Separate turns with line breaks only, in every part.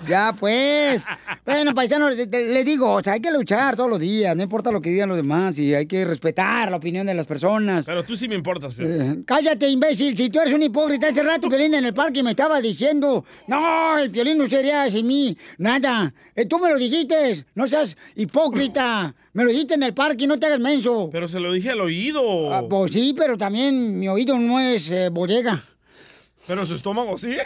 Ya, pues. Bueno, paisanos, te- les digo, o sea, hay que luchar todos los días, no importa lo que digan los demás, y hay que respetar la opinión de las personas.
Pero tú sí me importas,
Eh,
Piolín.
Cállate, imbécil, si tú eres un hipócrita, hace rato Piolín en el parque me estaba diciendo, no, el Piolín no sería sin mí, nada, Eh, tú me lo dijiste, no seas hipócrita, me lo dijiste en el parque, no te hagas menso.
Pero se lo dije al oído.
Ah, pues sí, pero también mi oído no es eh, bodega,
Pero su estómago sí.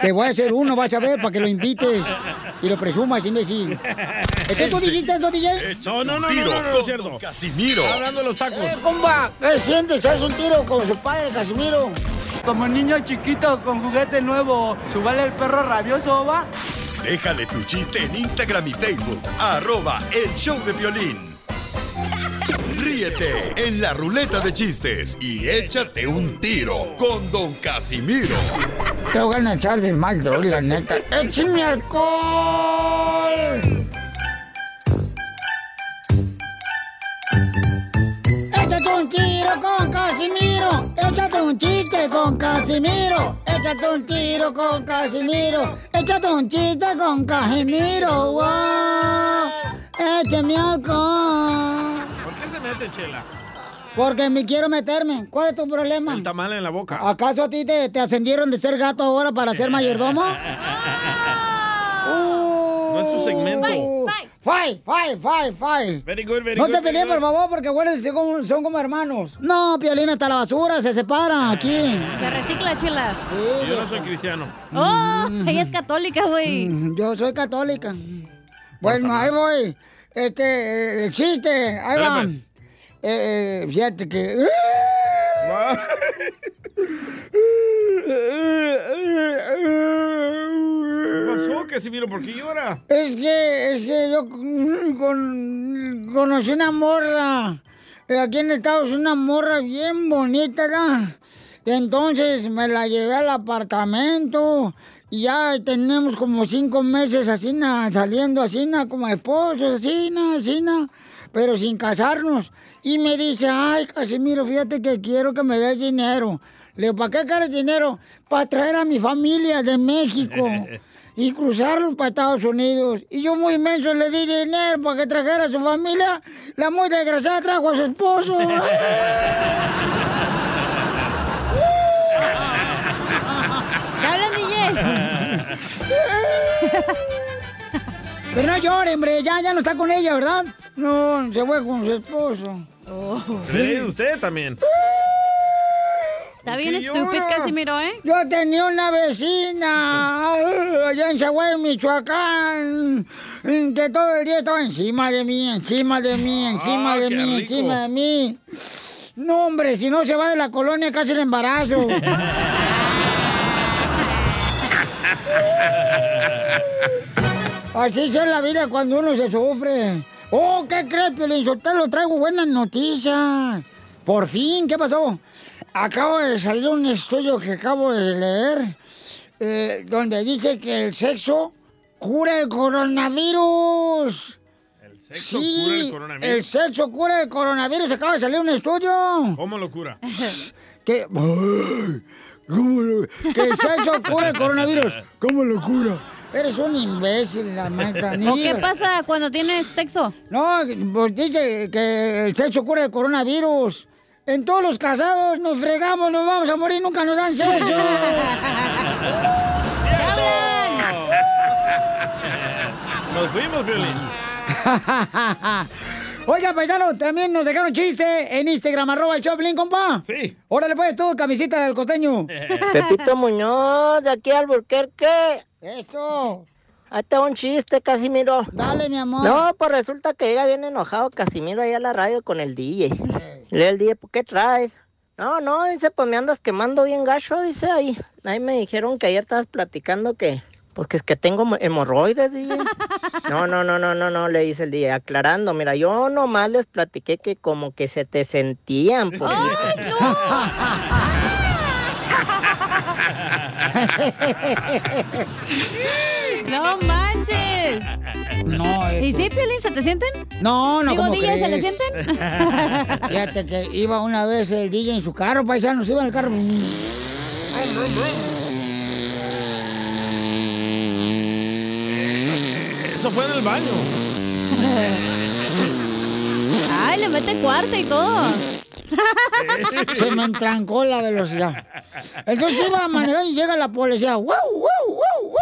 te voy a hacer uno, vas a ver, para que lo invites y lo presumas, imbécil. ¿Es que tú dijiste eso, DJ?
No, no, no, no,
tiro
no, no, no es cierto.
Casimiro.
Está hablando de los tacos.
Eh, compa, ¿qué sientes? ¿Haz un tiro con su padre, Casimiro?
Como niño chiquito con juguete nuevo, ¿subale el perro rabioso va?
Déjale tu chiste en Instagram y Facebook. Arroba el show de violín. Ríete en la ruleta de chistes y échate un tiro con Don Casimiro.
Te voy a echar de mal, droga, la neta. ¡Échame alcohol! Échate un tiro con Casimiro. Échate un chiste con Casimiro. Échate un tiro con Casimiro. Échate un chiste con Casimiro. ¡Wow! Échame alcohol.
¿Por qué se mete, Chela?
Porque me quiero meterme. ¿Cuál es tu problema? El
tamal en la boca.
¿Acaso a ti te, te ascendieron de ser gato ahora para ser mayordomo? no
es su segmento.
Fai, fai, fai, fai.
Very good, very
no
good,
se
very
peleen,
good.
por favor, porque acuérdense, como- son como hermanos. No, Piolín, hasta la basura se separa aquí.
Se recicla, chela.
Yo no soy cristiano.
¡Oh! Ella es católica, güey.
Mm. Yo soy católica. Bueno, ahí voy. Este, eh, el chiste, ahí
Dale,
va.
pues.
Eh, eh, fíjate que...
¿Qué pasó, Casimiro? ¿Por qué llora?
Es que, es que yo con- conocí una morra. eh, Aquí en Estados Unidos, una morra bien bonita, ¿verdad? Y Entonces me la llevé al apartamento y ya tenemos como cinco meses así, na, saliendo así, na, como esposos, así, na, así, na, pero sin casarnos. Y me dice, ay, Casimiro, fíjate que quiero que me des dinero. Le digo, ¿para qué quieres dinero? Para traer a mi familia de México y cruzarlos para Estados Unidos. Y yo muy inmenso le di dinero para que trajera a su familia. La muy desgraciada trajo a su esposo.
¿Qué hablan,
Pero no llore, hombre, ya, ya no está con ella, ¿verdad? No, se fue con su esposo.
¿Cree usted también?
Está bien estúpido, Casimiro, ¿eh?
Yo tenía una vecina ah, allá en Zaguay, Michoacán, que todo el día estaba encima de mí, encima de mí, encima
Ah,
de
qué
mí,
rico.
encima de mí. No, hombre, si no se va de la colonia casi el embarazo. Así es la vida cuando uno se sufre. Oh, ¿qué crees, Piolín Sotelo? Traigo buenas noticias. Por fin, ¿qué pasó? Acabo de salir un estudio que acabo de leer, eh, donde dice que el sexo cura el coronavirus. ¿El sexo
cura el coronavirus?
El sexo cura el coronavirus. Acaba de salir un estudio.
¿Cómo lo cura?
Que, ¡Ay! ¿Cómo lo- que el sexo cura el coronavirus. ¿Cómo lo cura? Eres un imbécil, la manzanilla.
¿O qué pasa cuando tienes sexo?
No, pues dice que el sexo cura el coronavirus. En todos los casados nos fregamos, nos vamos a morir, nunca nos dan sexo.
Nos fuimos, Piolín.
Oiga, paisano, también nos dejaron chiste en Instagram, arroba el Choplin, compa. Sí. Órale, pues, tú, camisita del costeño.
Pepito Muñoz, de aquí al Burquerque.
Eso.
Ahí está un chiste, Casimiro.
Dale, mi amor.
No, pues resulta que llega bien enojado Casimiro ahí a la radio con el DJ. Le dice el DJ, ¿por qué traes? No, no, dice, pues me andas quemando bien gacho, dice ahí. Ahí me dijeron que ayer estabas platicando que, pues que es que tengo hemo- hemorroides, DJ. No, no, no, no, no, no, le dice el DJ, aclarando, mira, yo nomás les platiqué que como que se te sentían, pues.
¡No manches!
No,
¿Y
eso-
sí, Piolín, se te sienten?
No, no,
Digo,
¿cómo
DJ, ¿se le
crees?
sienten?
Fíjate que iba una vez el DJ en su carro, paisanos, iba en el carro.
Eso fue en el baño.
Ay, le mete cuarta y todo.
Se me entrancó la velocidad. Entonces iba a manejar y llega la policía. ¡Wow, wow, wow, wow!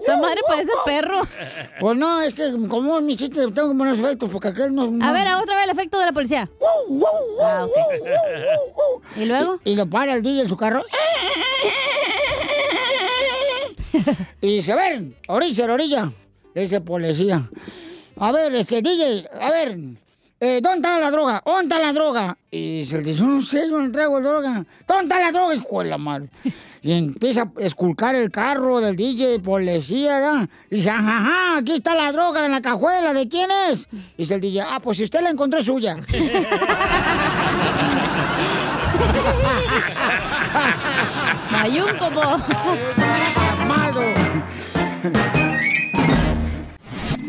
Esa madre parece perro.
Pues no, es que como mi chiste tengo buenos efectos porque aquel no.
A ver, otra vez el efecto de la policía.
¡Wow, wow, wow!
Ah,
¿Y luego?
Y, lo para el DJ en su carro. Y se ven, orilla, la orilla. Le dice policía. A ver, este DJ, a ver, eh, ¿dónde está la droga? ¿Dónde está la droga? Y se dice, no sé, yo no traigo droga. ¿Dónde está la droga? Hijo de la madre. Y empieza a esculcar el carro del DJ, policía, ¿verdad? Y dice, ajá, ajá, aquí está la droga en la cajuela, ¿de quién es? Y dice el DJ, ah, pues si usted la encontró es suya.
Mayunco,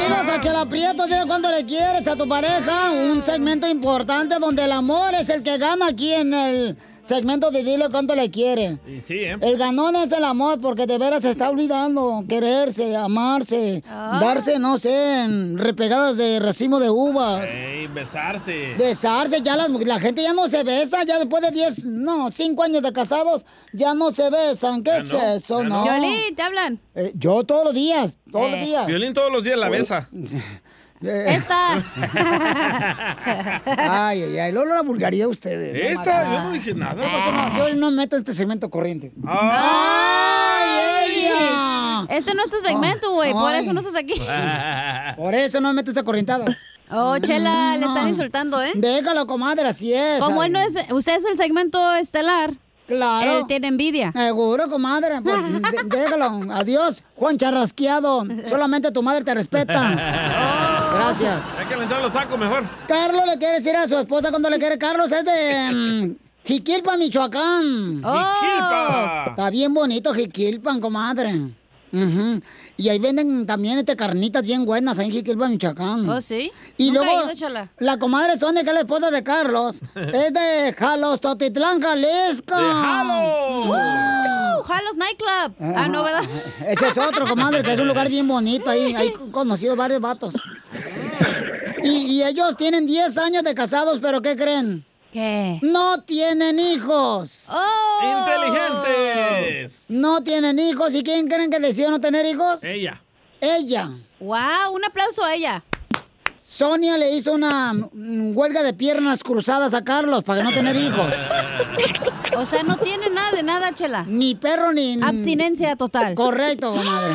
Bienvenidos a Chela Prieto, dile cuánto le quieres a tu pareja. Un segmento importante donde el amor es el que gana aquí en el segmento de dile cuánto le quiere.
Y sí, ¿eh?
El ganón es el amor porque de veras se está olvidando quererse, amarse, darse, no sé, en repegadas de racimo de uvas.
Ey, besarse.
Besarse, ya las mu- la gente ya no se besa, ya después de 10, no, 5 años de casados, ya no se besan. ¿Qué es eso? No.
Violín, te hablan.
Eh, yo todos los días, todos
Eh.
los días.
Violín todos los días la besa.
Eh,
Esta.
ay, ay, ay, luego la vulgaridad de ustedes. no
Esta,
manches.
yo no dije nada.
Ah, Yo no meto este segmento corriente. ¡Ay, ella!
Este no es tu segmento, güey. Por
Ay.
eso no estás aquí.
Por eso no me meto esta corrientada.
Oh, Chela, le están insultando, ¿eh?
Déjalo, comadre, así es.
Como
ay.
él no es, usted es el segmento estelar.
Claro.
Él tiene envidia.
Seguro, comadre. pues, de- déjalo. Adiós, Juan Charrasqueado. Solamente tu madre te respeta. Gracias.
Hay que aventar los tacos mejor.
Carlos le quiere decir a su esposa cuando le quiere. Carlos es de mm, Jiquilpan, Michoacán. Oh,
Jiquilpan.
Está bien bonito Jiquilpan, comadre. Ujú. Y ahí venden también este carnitas bien buenas ahí en Jiquilpan, Michoacán.
Oh, sí.
Y
Nunca he
luego,
ido, chala.
la comadre Sonia, que es la esposa de Carlos, es de Jalos, Totitlán, Jalisco.
¡De Jalos!
Oh.
Uh, Jalos Nightclub.
Eh,
Ah, no, ¿verdad?
Ese es otro, comadre, que es un lugar bien bonito ahí. Ahí he conocido varios vatos. Y, y ellos tienen 10 años de casados, pero ¿qué creen?
¿Qué? ¡Oh!
No tienen hijos.
¡Inteligentes!
No tienen hijos. ¿Y quién creen que decidió no tener hijos?
Ella.
Ella.
¡Wow! Un aplauso a ella.
Sonia le hizo una mm, huelga de piernas cruzadas a Carlos para no tener hijos.
O sea, no tiene nada de nada, Chela.
Ni perro ni.
Abstinencia total.
Correcto, comadre.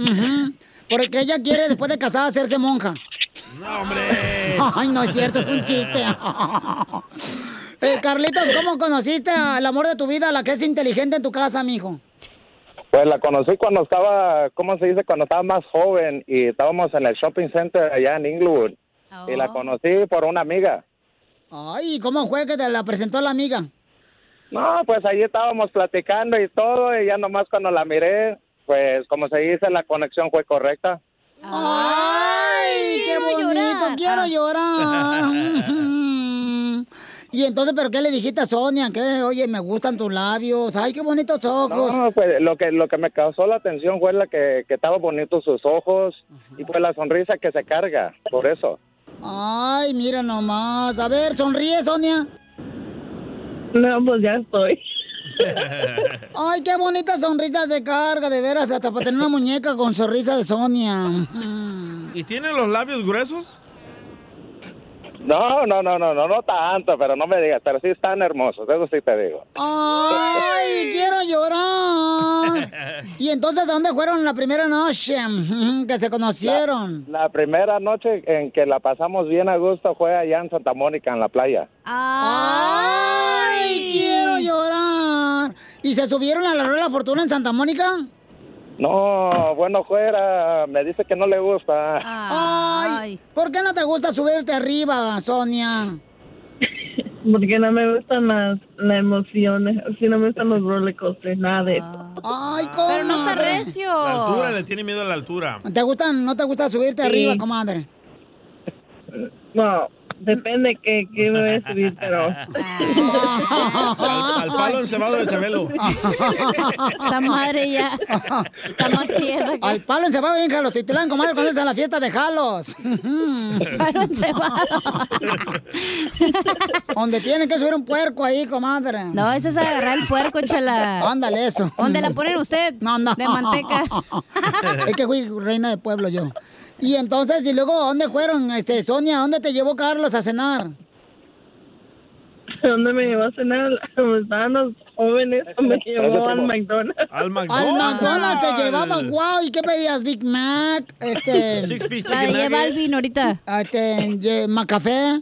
Ujú. Porque ella quiere, después de casada, hacerse monja. ¡No, hombre! Ay, no es cierto, es un chiste. Eh, Carlitos, ¿cómo conociste al amor de tu vida, la que es inteligente en tu casa, mijo?
Pues la conocí cuando estaba, ¿cómo se dice? Cuando estaba más joven y estábamos en el shopping center allá en Inglewood. Y
Oh.
la conocí por una amiga.
Ay, ¿cómo fue que te la presentó la amiga?
No, pues allí estábamos platicando y todo y ya nomás cuando la miré, pues como se dice, la conexión fue correcta.
¡Ay, qué bonito! ¡Quiero llorar! Mm. Y entonces, ¿pero qué le dijiste a Sonia? Que, oye, me gustan tus labios. ¡Ay, qué bonitos ojos!
No, pues lo que, lo que me causó la atención fue la que, que estaba bonito sus ojos y pues la sonrisa que se carga, por eso.
Ay, mira nomás. A ver, sonríe, Sonia.
No, pues ya estoy.
Ay, qué bonita sonrisa de carga, de veras, hasta para tener una muñeca con sonrisa de Sonia.
¿Y tiene los labios gruesos?
No, no, no, no, no, no tanto, pero no me digas, pero sí están hermosos, eso sí te digo.
Ay, quiero llorar. Y entonces, ¿a dónde fueron la primera noche mm, que se conocieron?
La primera noche en que la pasamos bien a gusto fue allá en Santa Mónica, en la playa.
Ay, quiero llorar. ¿Y se subieron a la rueda de la fortuna en Santa Mónica?
No, bueno, fuera. Me dice que no le gusta.
Ah. Ay, ¿por qué no te gusta subirte arriba, Sonia?
Porque no me gustan las, las emociones, así no me gustan los roller coasters, nada de eso.
Ah. Ay, ¿cómo?
Pero no está recio.
La altura, le tiene miedo a la altura.
¿Te gustan, no te gusta subirte
Sí.
arriba, comadre?
No, depende que, que me voy a subir, pero...
Ah.
Al, al palo encebado de Chabelo.
Esa
madre ya.
Está
más tiesa que-
Al palo encebado en Jalos Titlán, comadre, cuando es a la fiesta de Jalos. Mm.
Palo encebado.
Donde tienen que subir un puerco ahí, comadre.
No, ese es agarrar el puerco, chala.
Ándale, eso.
¿Dónde la ponen usted?
No, no.
De manteca.
es que fui reina de pueblo yo. Y entonces, y luego, ¿dónde fueron? Este, Sonia, ¿dónde te llevó Carlos a cenar?
¿Dónde me llevó a cenar? Como estaban los jóvenes, me llevó al McDonald's.
Al
Al McDonald's te llevaba, wow, ¿y qué pedías? Big Mac, este...
Six piece
La chicken lleva nugget. Alvin
ahorita. Este, ye- Macafé.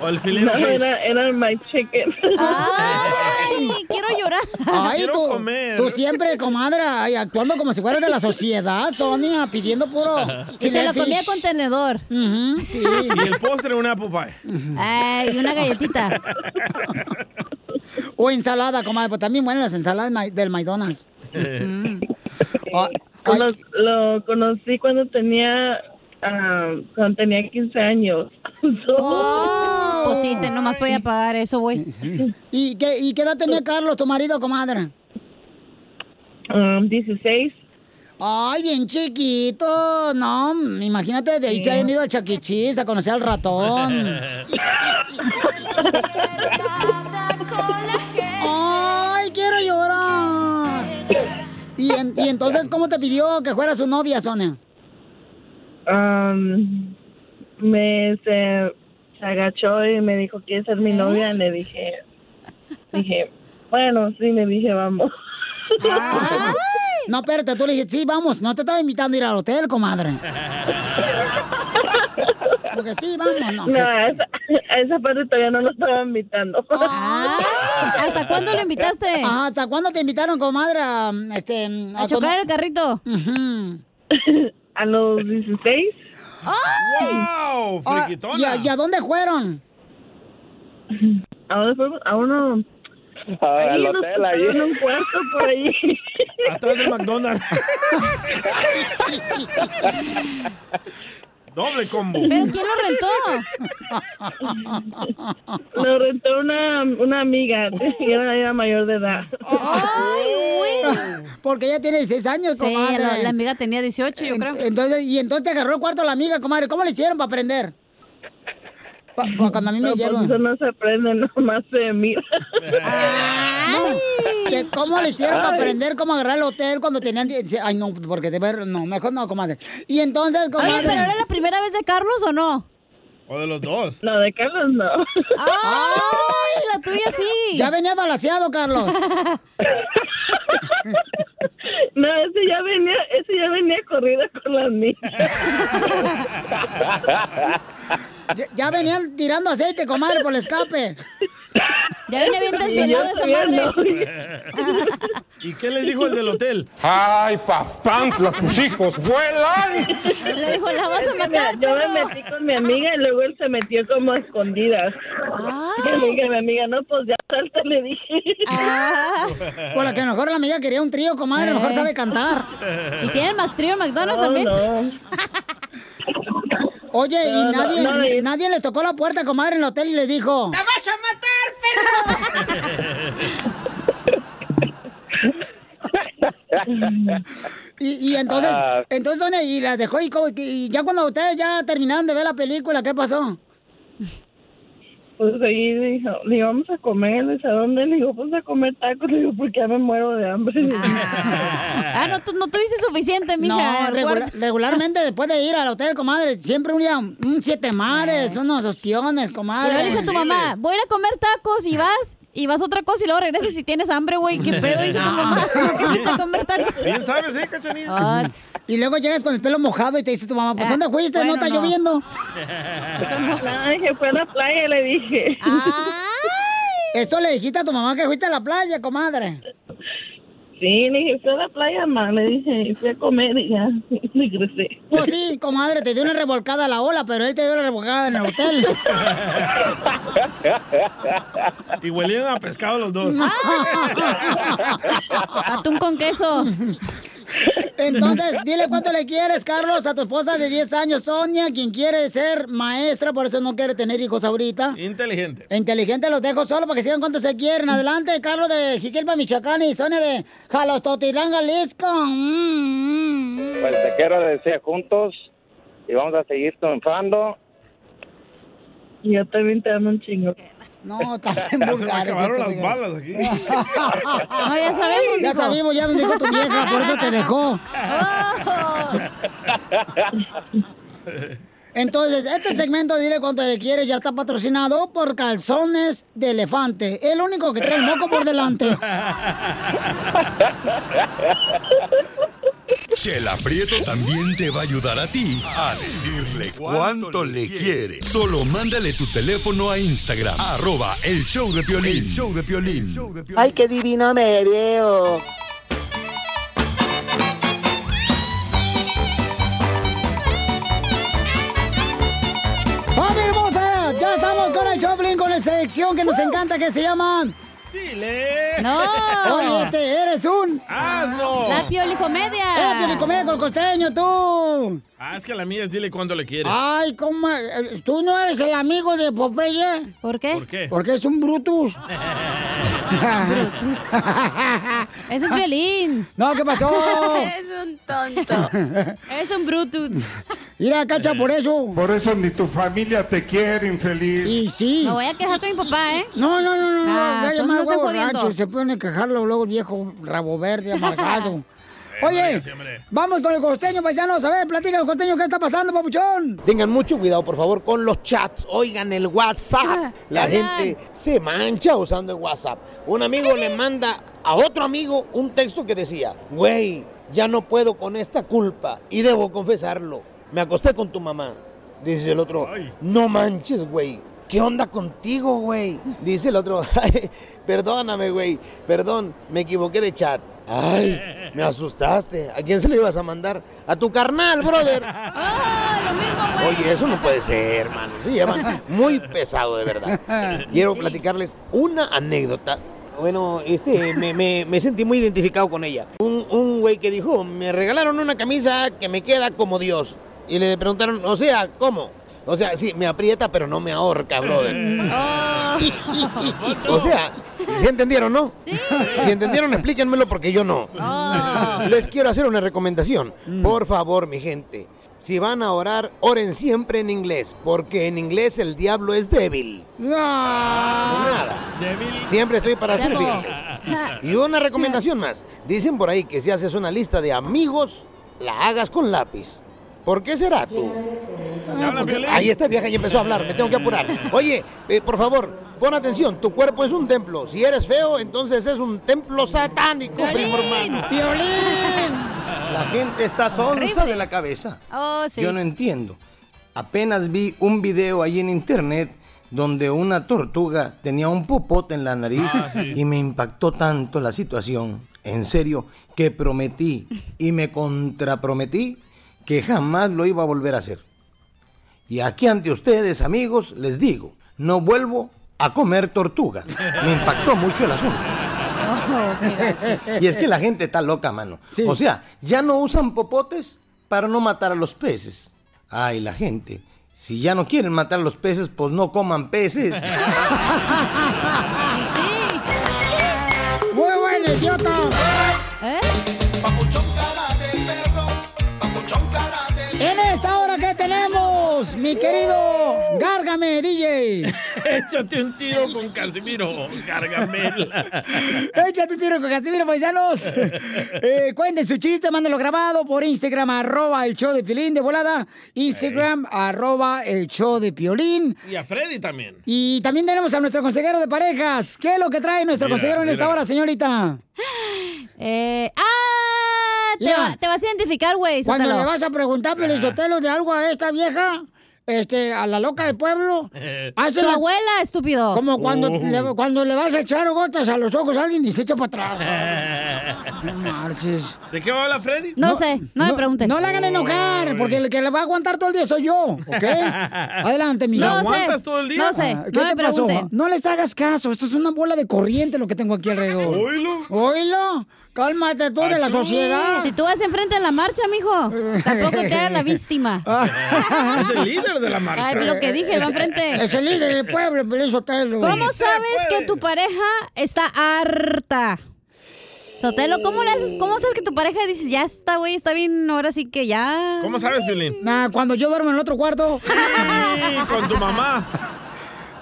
O el filete.
No, era, era el McChicken.
Ay, quiero llorar.
Ay, tú, tú siempre, comadre, ay, actuando como si fueras de la sociedad, Sonia, pidiendo puro.
Y se lo
filet
comía
fish.
con tenedor.
sí.
Y el postre, una apple pie.
Ay, y una galletita.
O ensalada, comadre, pues también buenas las ensaladas ma- del McDonald's. Ah,
Lo, lo conocí cuando tenía, ah, cuando tenía 15 años.
Pues sí, te nomás podía pagar eso, güey.
¿Y qué, ¿Y qué edad tenía Carlos, tu marido, comadre?
16.
Ay, bien chiquito. No, imagínate, de ahí se ha venido al chaquichis a conocer al ratón.
Mm.
Ay, quiero llorar. Y, en- y entonces, ¿cómo te pidió que fuera su novia, Sonia?
Am, me se, se agachó y me dijo, ¿quieres ser
¿Eh?
mi novia? Y le dije, dije, bueno, sí, le dije, vamos.
No, espérate, tú le dijiste, sí, vamos, no te estaba invitando a ir al hotel, comadre. Porque sí, vamos, no.
No,
que
a
sí.
esa, a esa parte todavía no lo estaba invitando.
Ah, ¿Hasta cuándo lo invitaste? ¿Hasta cuándo te invitaron, comadre, a, este,
A chocar el
carrito?
A los 16.
¡Wow!
Ah,
Friquitona.
¿y, a, y a dónde fueron?
¿A dónde fuimos? A uno...
Ah,
ahí
el
nos
hotel ahí.
pusieron un cuarto por ahí.
Atrás del McDonald's. Doble combo.
¿Pero quién lo
rentó? Lo rentó una, una amiga, y era, era mayor de edad.
Porque ella tiene 16 años,
Sí,
comadre.
la- la
amiga tenía 18, yo creo. Entonces, y entonces te agarró el cuarto la amiga, comadre. ¿Cómo le hicieron para aprender? Pa- pa- cuando a mí me
No, pues,
llevan.
eso no se aprende, nomás se mira.
¿Qué- ¿Cómo le hicieron para
Ay.
aprender cómo agarrar el hotel cuando tenían... die- Ay, no, porque de ver... No, mejor no, comadre. Y entonces, comadre...
Oye, ¿pero era
la primera vez de Carlos o no?
O de los dos.
No, de Carlos no.
¡Ay,
la tuya sí!
Ya venía balaseado, Carlos.
No, ese ya venía, ese ya venía corrida con las mías.
Ya, ya venían tirando aceite, comadre, por el escape.
Ya venía bien desvelado esa madre.
¿Y qué les dijo el del hotel?
¡Ay, papantla! ¡Tus hijos vuelan!
Le dijo, "La vas a
matar, Yo me metí con mi amiga y luego él se metió como a escondidas. Y le dije a mi amiga, no, pues ya salta, le dije.
Ah.
Por la que a lo mejor la amiga quería un trío, comadre, a lo mejor
Eh.
sabe cantar.
¿Y tiene el Mac- trío McDonald's
No,
también?
Oye,
No, no,
y nadie,
no, no, y-
nadie le tocó la puerta, comadre, en el hotel y le dijo... ¡La vas a Y, y entonces,
Ah.
entonces, Sonia, y las dejó y, cómo- y ya cuando ustedes ya terminaron de ver la película, ¿qué pasó?
Pues ahí dijo, le digo, vamos a comer, le dice, ¿a dónde? Le digo, vamos a comer tacos, le digo, porque ya me muero de hambre.
Ah, no, tú no tuviste suficiente, mija.
No,
al
regula-
cuarto.
regularmente después de ir al hotel, comadre, siempre un, día, un siete mares, unos ostiones,
Eh. Y
comadre.
luego le dice a tu mamá, voy a ir a comer tacos y vas, y vas a otra cosa y luego regresas si tienes hambre, güey. ¿Qué pedo? Dice tu mamá. ¿Qué fuiste a comer tacos?
Bien sabes, ¿eh, cachanilla?
Y luego llegas con el pelo mojado y te dice tu mamá, pues ¿dónde fuiste? no
bueno,
está
no.
lloviendo.
No, dije, fue a la playa, le dije.
Esto le dijiste a tu mamá que fuiste a la playa, comadre.
Sí, le dije, fui a la playa, ma, le dije, fui a comer y ya regresé.
Pues sí, comadre, te dio una revolcada a la ola, pero él te dio la revolcada en el hotel.
Y huelían a pescado los dos.
Atún con queso. Entonces, dile cuánto le quieres, Carlos, a tu esposa de 10 años, Sonia, quien quiere ser maestra, por eso no quiere tener hijos ahorita.
Inteligente.
Inteligente, los dejo solo para que sigan cuanto se
Mm.
quieren. Adelante, Carlos de Jiquilpa, Michoacán y Sonia de Jalostotirán, Jalisco. Mm, mm.
Pues te quiero decir juntos y vamos a seguir triunfando.
Y yo también te amo un chingo.
No, también
me
vulgares.
acabaron
estos,
las
oigan.
balas
aquí.
No,
ya sabemos. Ya
mijo.
sabemos, ya me dijo tu vieja, por eso te dejó. Entonces, este segmento, dile cuánto le quieres, ya está patrocinado por calzones de elefante. El único que trae el moco por delante.
Chela Prieto también te va a ayudar a ti a decirle cuánto le quiere. Solo mándale tu teléfono a Instagram, arroba el show de Piolín. El show de Piolín.
Ay, qué divino me veo.
¡Familia hermosa! Ya estamos con el Choplin, con la sección que nos encanta, que se llama...
¡Dile!
Oye, este, eres un...
¡Hazlo!
La piolicomedia.
¡La piolicomedia con el costeño, tú!
Ah, es que la mía es dile cuánto le quieres.
Ay, ¿cómo? eh, ¿Tú no eres el amigo de Popeye? ¿Por qué?
¿Por qué?
Porque es un Brutus.
Brutus. Ese es violín.
Ah. No, ¿qué pasó?
es un tonto. Es un Brutus.
Mira, cacha, por eso.
Por eso ni tu familia te quiere, infeliz.
Y sí.
Me voy a quejar con mi papá, ¿eh?
No, no, no, no, no.
Ah,
ya
entonces
llamaba
no está
huevo
jodiendo.
rancho, se pone a quejarlo luego el viejo rabo verde amargado. Oye, vamos con el costeño, paisanos. A ver, platícanos, costeño, ¿qué está pasando, papuchón?
Tengan mucho cuidado, por favor, con los chats. Oigan el WhatsApp. La gente se mancha usando el WhatsApp. Un amigo le manda a otro amigo un texto que decía, güey, ya no puedo con esta culpa y debo confesarlo. Me acosté con tu mamá. Dice el otro, no manches, güey. ¿Qué onda contigo, güey? Dice el otro, "Ay, perdóname, güey. Perdón, me equivoqué de chat. Ay, me asustaste. ¿A quién se lo ibas a mandar? A tu carnal, brother. Oye, eso no puede ser, hermano. Se llevan muy pesado, de verdad. Quiero platicarles una anécdota. Bueno, este, me, me- me sentí muy identificado con ella. Un, un güey que dijo, me regalaron una camisa que me queda como Dios. Y le preguntaron, o sea, ¿cómo? O sea, sí, me aprieta, pero no me ahorca, brother. O sea, ¿sí entendieron, no? Si entendieron, explíquenmelo porque yo no. Les quiero hacer una recomendación. Por favor, mi gente, si van a orar, oren siempre en inglés, porque en inglés el diablo es débil. Siempre estoy para
Bravo.
servirles. Y una recomendación más. Dicen por ahí que si haces una lista de amigos, la hagas con lápiz. ¿Por qué será tú? Ah, porque- ahí está vieja y empezó a hablar, me tengo que apurar. Oye, eh, por favor, pon atención, tu cuerpo es un templo. Si eres feo, entonces es un templo satánico, primo hermano.
La gente está sonsa de la cabeza.
Oh, sí.
Yo no entiendo. Apenas vi un video ahí en internet donde una tortuga tenía un popote en la nariz
Ah, sí.
y me impactó tanto la situación, en serio, que prometí y me contraprometí que jamás lo iba a volver a hacer. Y aquí ante ustedes, amigos, les digo, no vuelvo a comer tortuga. Me impactó mucho el asunto. Y es que la gente está loca, mano. O sea, ya no usan popotes para no matar a los peces. Ay, la gente. Si ya no quieren matar a los peces, pues no coman peces.
Y sí.
Muy bueno, idiota.
¿Eh?
En esta hora que tenemos, mi querido
¡Uh!
Gárgame, DJ.
Échate un tiro con Casimiro. Gargamela.
Échate un tiro con Casimiro, paisanos. Eh, cuenten su chiste, mándenlo grabado por Instagram, arroba el show de Piolín de volada. Instagram, arroba el show de Piolín.
Y a Freddy también.
Y también tenemos a nuestro consejero de parejas. ¿Qué es lo que trae nuestro
Mira,
consejero en esta
mira.
hora, señorita?
Eh, ¡Ah! Te,
Mira.
va- te vas a identificar, güey.
Cuando
suéltalo.
Ah.
le vas a preguntar, Pelizotelo, de algo a esta vieja, este, a la loca del pueblo.
Su abuela, estúpido.
Como cuando,
Uh.
le, cuando le vas a echar gotas a los ojos a alguien y se echa para atrás. No marches.
¿De qué va a hablar Freddy?
preguntes. No la hagan enojar, porque el que la va a aguantar todo el día soy yo, ¿ok? Adelante, mi Ah,
¿La aguantas todo el día? Ah, No sé,
¿Qué
no me
te pasó?
pregunten.
No les hagas caso, esto es una bola de corriente lo que tengo aquí alrededor.
Oílo.
Oílo. Cálmate tú de la
Achú.
sociedad.
Si tú vas enfrente de la marcha, mijo, tampoco te hagas la víctima.
Ah.
Es el líder de la marcha.
Ay, lo que dije, va enfrente.
Es el líder del pueblo, Pelín Sotelo.
¿Cómo
Sí se
sabes que tu pareja está harta? Sotelo, ¿cómo le haces? ¿Cómo sabes que tu pareja dices, ya está, güey, está bien, ahora sí que ya?
¿Cómo sabes, Violín?
Nah, cuando yo duermo en el otro cuarto.
con tu mamá.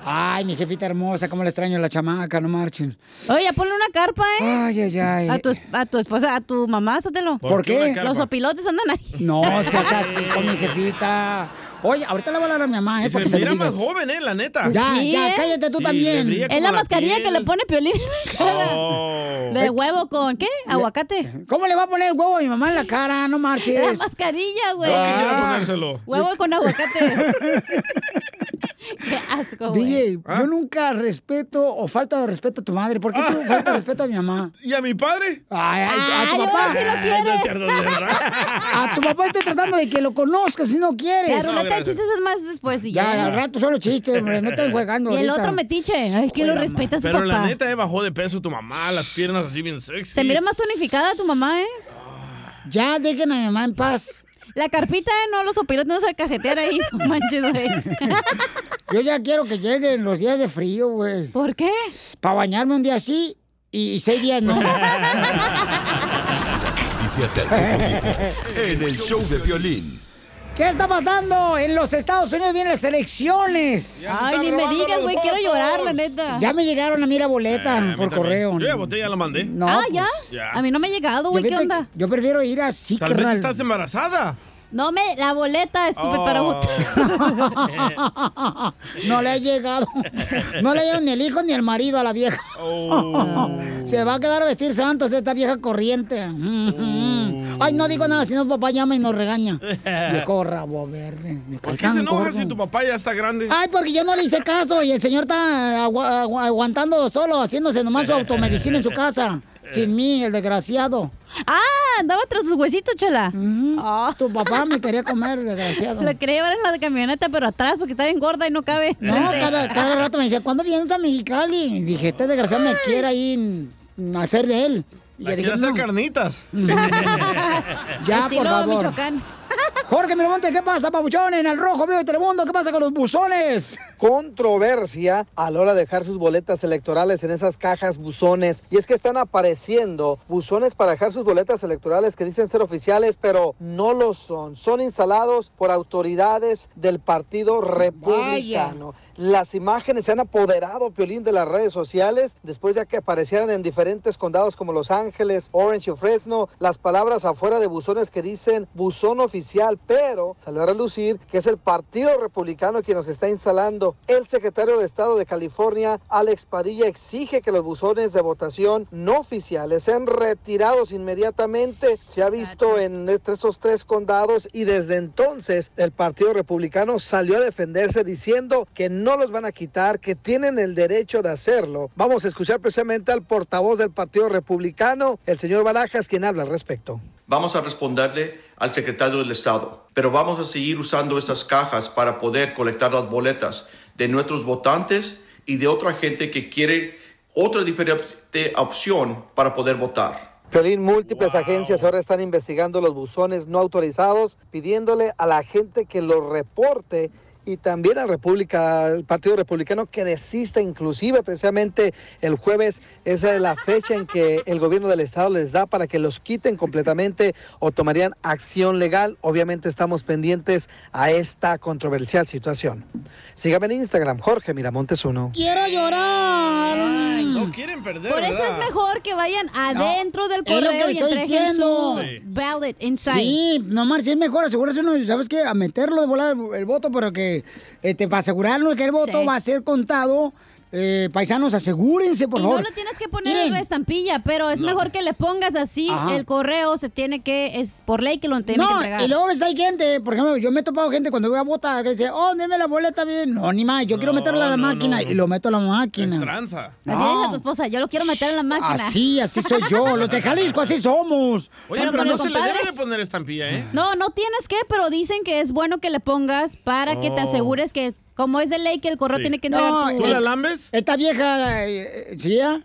Ay, mi jefita hermosa, cómo le extraño a la chamaca, no marchen.
Oye, ponle una carpa, ¿eh?
Ay, ay, ay.
A tu, es- a tu esposa, a tu mamá, Sotelo.
¿Por ¿Por qué qué? una carpa?
Los opilotes andan ahí.
No seas así con mi jefita. Oye, ahorita le voy a hablar a mi mamá, ¿eh?
Y se
porque se lo
mira más
digas.
joven, ¿eh? La neta.
Ya, ya, cállate tú también.
¿eh? Es la mascarilla que le pone Piolín.
Oh.
De huevo con, ¿qué? Aguacate.
¿Cómo le va a poner el huevo a mi mamá en la cara? No marches.
La mascarilla, güey.
No quisiera
ponérselo.
Huevo con aguacate. Qué asco, güey.
DJ, yo nunca respeto o falta de respeto a tu madre. ¿Por qué tú falta de respeto a mi mamá?
¿Y a mi padre?
Ay, ay, a tu
Ay,
papá.
ahora sí lo Ay, no es quieres. cierto, de verdad.
a tu papá estoy tratando de que lo conozcas si no quieres.
La ruleta de chistes es más después pues, y ya.
Ya, al rato solo chistes, hombre, no estén jugando
Y el
ahorita.
otro metiche, ay, que lo respeta a su
Pero la
papá.
neta, eh, bajó de peso tu mamá, las piernas así bien sexy.
Se mira más tonificada tu mamá, ¿eh?
Ya, dejen a mi mamá en paz.
La carpita, ¿eh? no los opilotes, no se cajetear ahí, no manches, güey.
Yo ya quiero que lleguen los días de frío, güey.
¿Por qué?
Para bañarme un día sí y seis días no.
Noticias del Grupo Vivo en el show de violín.
¿Qué está pasando? En los Estados Unidos vienen las elecciones.
Ay, ni me digas, güey, quiero llorar, la neta.
Ya me llegaron a mí la
Eh, a
boleta
mí
por
también.
correo.
Yo ya voté, ya la mandé.
No,
ah,
pues,
¿ya?
ya.
A mí no me ha llegado, güey,
yo
¿qué
vete-
onda?
Yo prefiero ir así,
Tal vez
carnal.
estás embarazada.
No me, la boleta, estúpido, para
Oh.
votar. No le ha llegado. No le ha llegado ni el hijo ni el marido a la vieja.
Oh.
Se va a quedar a vestir santos de esta vieja corriente.
Oh.
Ay, no digo nada, si no papá llama y nos regaña. Viejo rabo verde. Me cae
¿Por qué se
tan
enoja
gordo.
si tu papá ya está grande?
Ay, porque yo no le hice caso y el señor está agu- agu- aguantando solo, haciéndose nomás su automedicina en su casa.
Oh.
Sin mí, el desgraciado.
Ah, andaba tras sus huesitos, chela. Ah.
Tu papá me quería comer, desgraciado.
Lo quería llevar en la de camioneta, pero atrás, porque está bien gorda y no cabe.
No, cada, cada rato me decía, ¿cuándo vienes a Mexicali? Y dije, este desgraciado me quiere ahí mm, hacer de él. Y
La
yo dije,
quiere hacer
"No".
carnitas.
Mm. Ya, por favor. Jorge Miramonte, ¿qué pasa, papuchón? En el rojo, vivo de Telemundo, ¿qué pasa con los buzones?
Controversia a la hora de dejar sus boletas electorales en esas cajas buzones. Y es que están apareciendo buzones para dejar sus boletas electorales que dicen ser oficiales, pero no lo son. Son instalados por autoridades del Partido Republicano. Las imágenes se han apoderado, Piolín, de las redes sociales después de que aparecieran en diferentes condados como Los Ángeles, Orange y Fresno las palabras afuera de buzones que dicen buzón oficial, pero salió a relucir que es el Partido Republicano quien nos está instalando. El secretario de Estado de California, Alex Padilla, exige que los buzones de votación no oficiales sean retirados inmediatamente. Se ha visto en este, estos tres condados y desde entonces el Partido Republicano salió a defenderse diciendo que no los van a quitar, que tienen el derecho de hacerlo. Vamos a escuchar precisamente al portavoz del Partido Republicano, el señor Barajas, quien habla al respecto.
Vamos a responderle al secretario del Estado, pero vamos a seguir usando estas cajas para poder colectar las boletas de nuestros votantes y de otra gente que quiere otra diferente opción para poder votar.
Piolín, múltiples agencias ahora están investigando los buzones no autorizados, pidiéndole a la gente que los reporte y también al República, al Partido Republicano que desista, inclusive precisamente el jueves, esa es la fecha en que el gobierno del estado les da para que los quiten completamente o tomarían acción legal. Obviamente estamos pendientes a esta controversial situación. Sígame en Instagram, Jorge Miramontes uno.
¡Quiero llorar!
no quieren perder.
Por eso es mejor que vayan adentro del
es lo
correo
que
y
estoy
entrejen
diciendo.
su
Sí.
ballot inside.
Sí, no marches, es mejor asegurarse uno, ¿sabes qué? A meterlo de volada el, el voto, pero que este, para asegurarnos que el voto
Sí.
va a ser contado eh, paisanos, asegúrense, por
Y
favor.
no lo tienes que poner en la estampilla, pero es mejor que le pongas así
Ajá.
el correo, se tiene que, es por ley que lo tiene que
no,
entregar.
y luego ves, hay gente, por ejemplo, yo me he topado gente cuando voy a votar, que dice, oh, deme la boleta bien. No, ni más, yo quiero meterla a la máquina y lo meto a la máquina.
Tranza.
Así le dice a tu esposa, yo lo quiero meter en la máquina.
Ah. Así, así soy yo. Los de Jalisco, así somos.
Oye,
Pero
pero,
con
no
el
se le
compadre.
debe de poner estampilla, ¿eh?
No, no tienes que, pero dicen que es bueno que le pongas para que te
Oh.
asegures que, como es de ley, que el correo
Sí.
tiene que entregar
No,
tu-
¿Tú la lambes? Esta vieja, eh, eh, ¿sí? ya?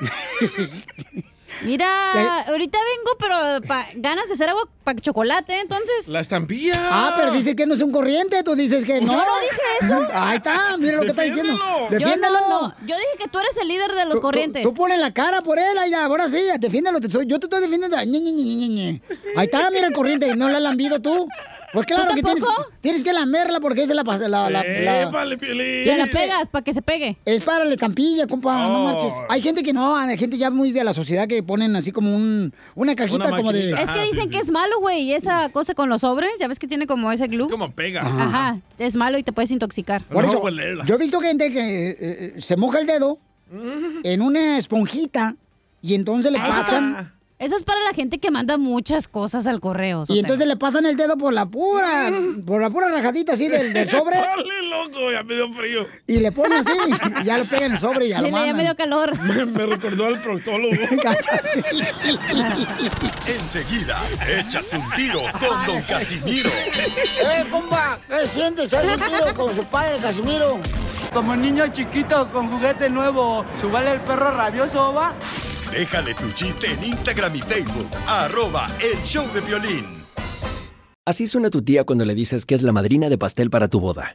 Mira, ahorita vengo, pero pa- ganas de hacer agua para chocolate, entonces.
La estampilla.
Ah, pero dice que no es un corriente, tú dices que no.
Yo no dije eso.
Ahí está, mira lo que está diciendo. Defiéndelo.
Yo no, no. Yo dije que tú eres el líder de los
Tú- tú-
corrientes.
Tú, pones la cara por él, ahí, ahora sí, defiéndelo. te estoy- yo te estoy defendiendo. Ñe, Ñe, Ñe, Ñe, Ñe, Ñe. Ahí está, mira el corriente, no la has lambido tú. Pues claro que tienes, tienes que lamerla porque esa es la... pas- la, la, la-
Épale, Piolín.
Tienes pegas para que se pegue. Es para la estampilla, compa, no
Oh.
marches. Hay gente que no, hay gente ya muy de la sociedad que ponen así como un, una Ah, cajita como de...
Es que dicen que es malo, güey, y esa cosa con los sobres, ya ves que tiene como ese glue.
Como pega. pues,
Ajá, es malo y te puedes intoxicar.
Por eso, pues, yo he visto gente que eh, eh, se moja el dedo en una esponjita y entonces eh, le
Ah, eso
pasan...
para- Eso es para la gente que manda muchas cosas al correo.
Y entonces le pasan el dedo por la pura, por la pura rajadita así del, del sobre
Dale, loco, ya me dio frío.
y le ponen así, ya lo pegan el sobre y ya lo
Dile, ya
mandan.
me dio
calor.
Me, me recordó al proctólogo.
Enseguida, échate un tiro con Don Casimiro.
¡Eh, compa! ¿Qué sientes? ¿Hay un tiro con su padre, Casimiro?
Como niño chiquito con juguete nuevo, ¿subale el perro rabioso va?
Déjale tu chiste en Instagram y Facebook, arroba el show de violín.
Así suena tu tía cuando le dices que es la madrina de pastel para tu boda.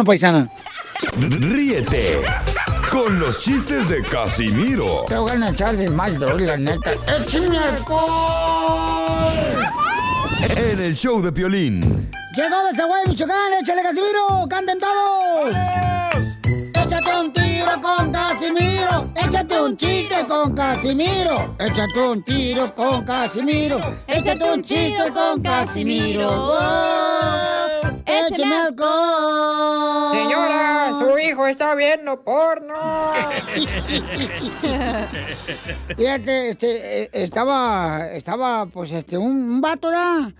paisana.
Ríete con los chistes de Casimiro
Tengo ganas de echarle más droga, la neta. ¡Échame alcohol!
en el show de violín.
Llegó de Zaguay, Michoacán, échale Casimiro, canten todos. Échate un tiro con Casimiro, échate un chiste con Casimiro, échate un tiro con Casimiro, échate un chiste con Casimiro. ¡Wow! ¡Échame alcohol!
Señora, su hijo está viendo porno.
Fíjate, este, eh, estaba, estaba, pues, este, un, un vato ya,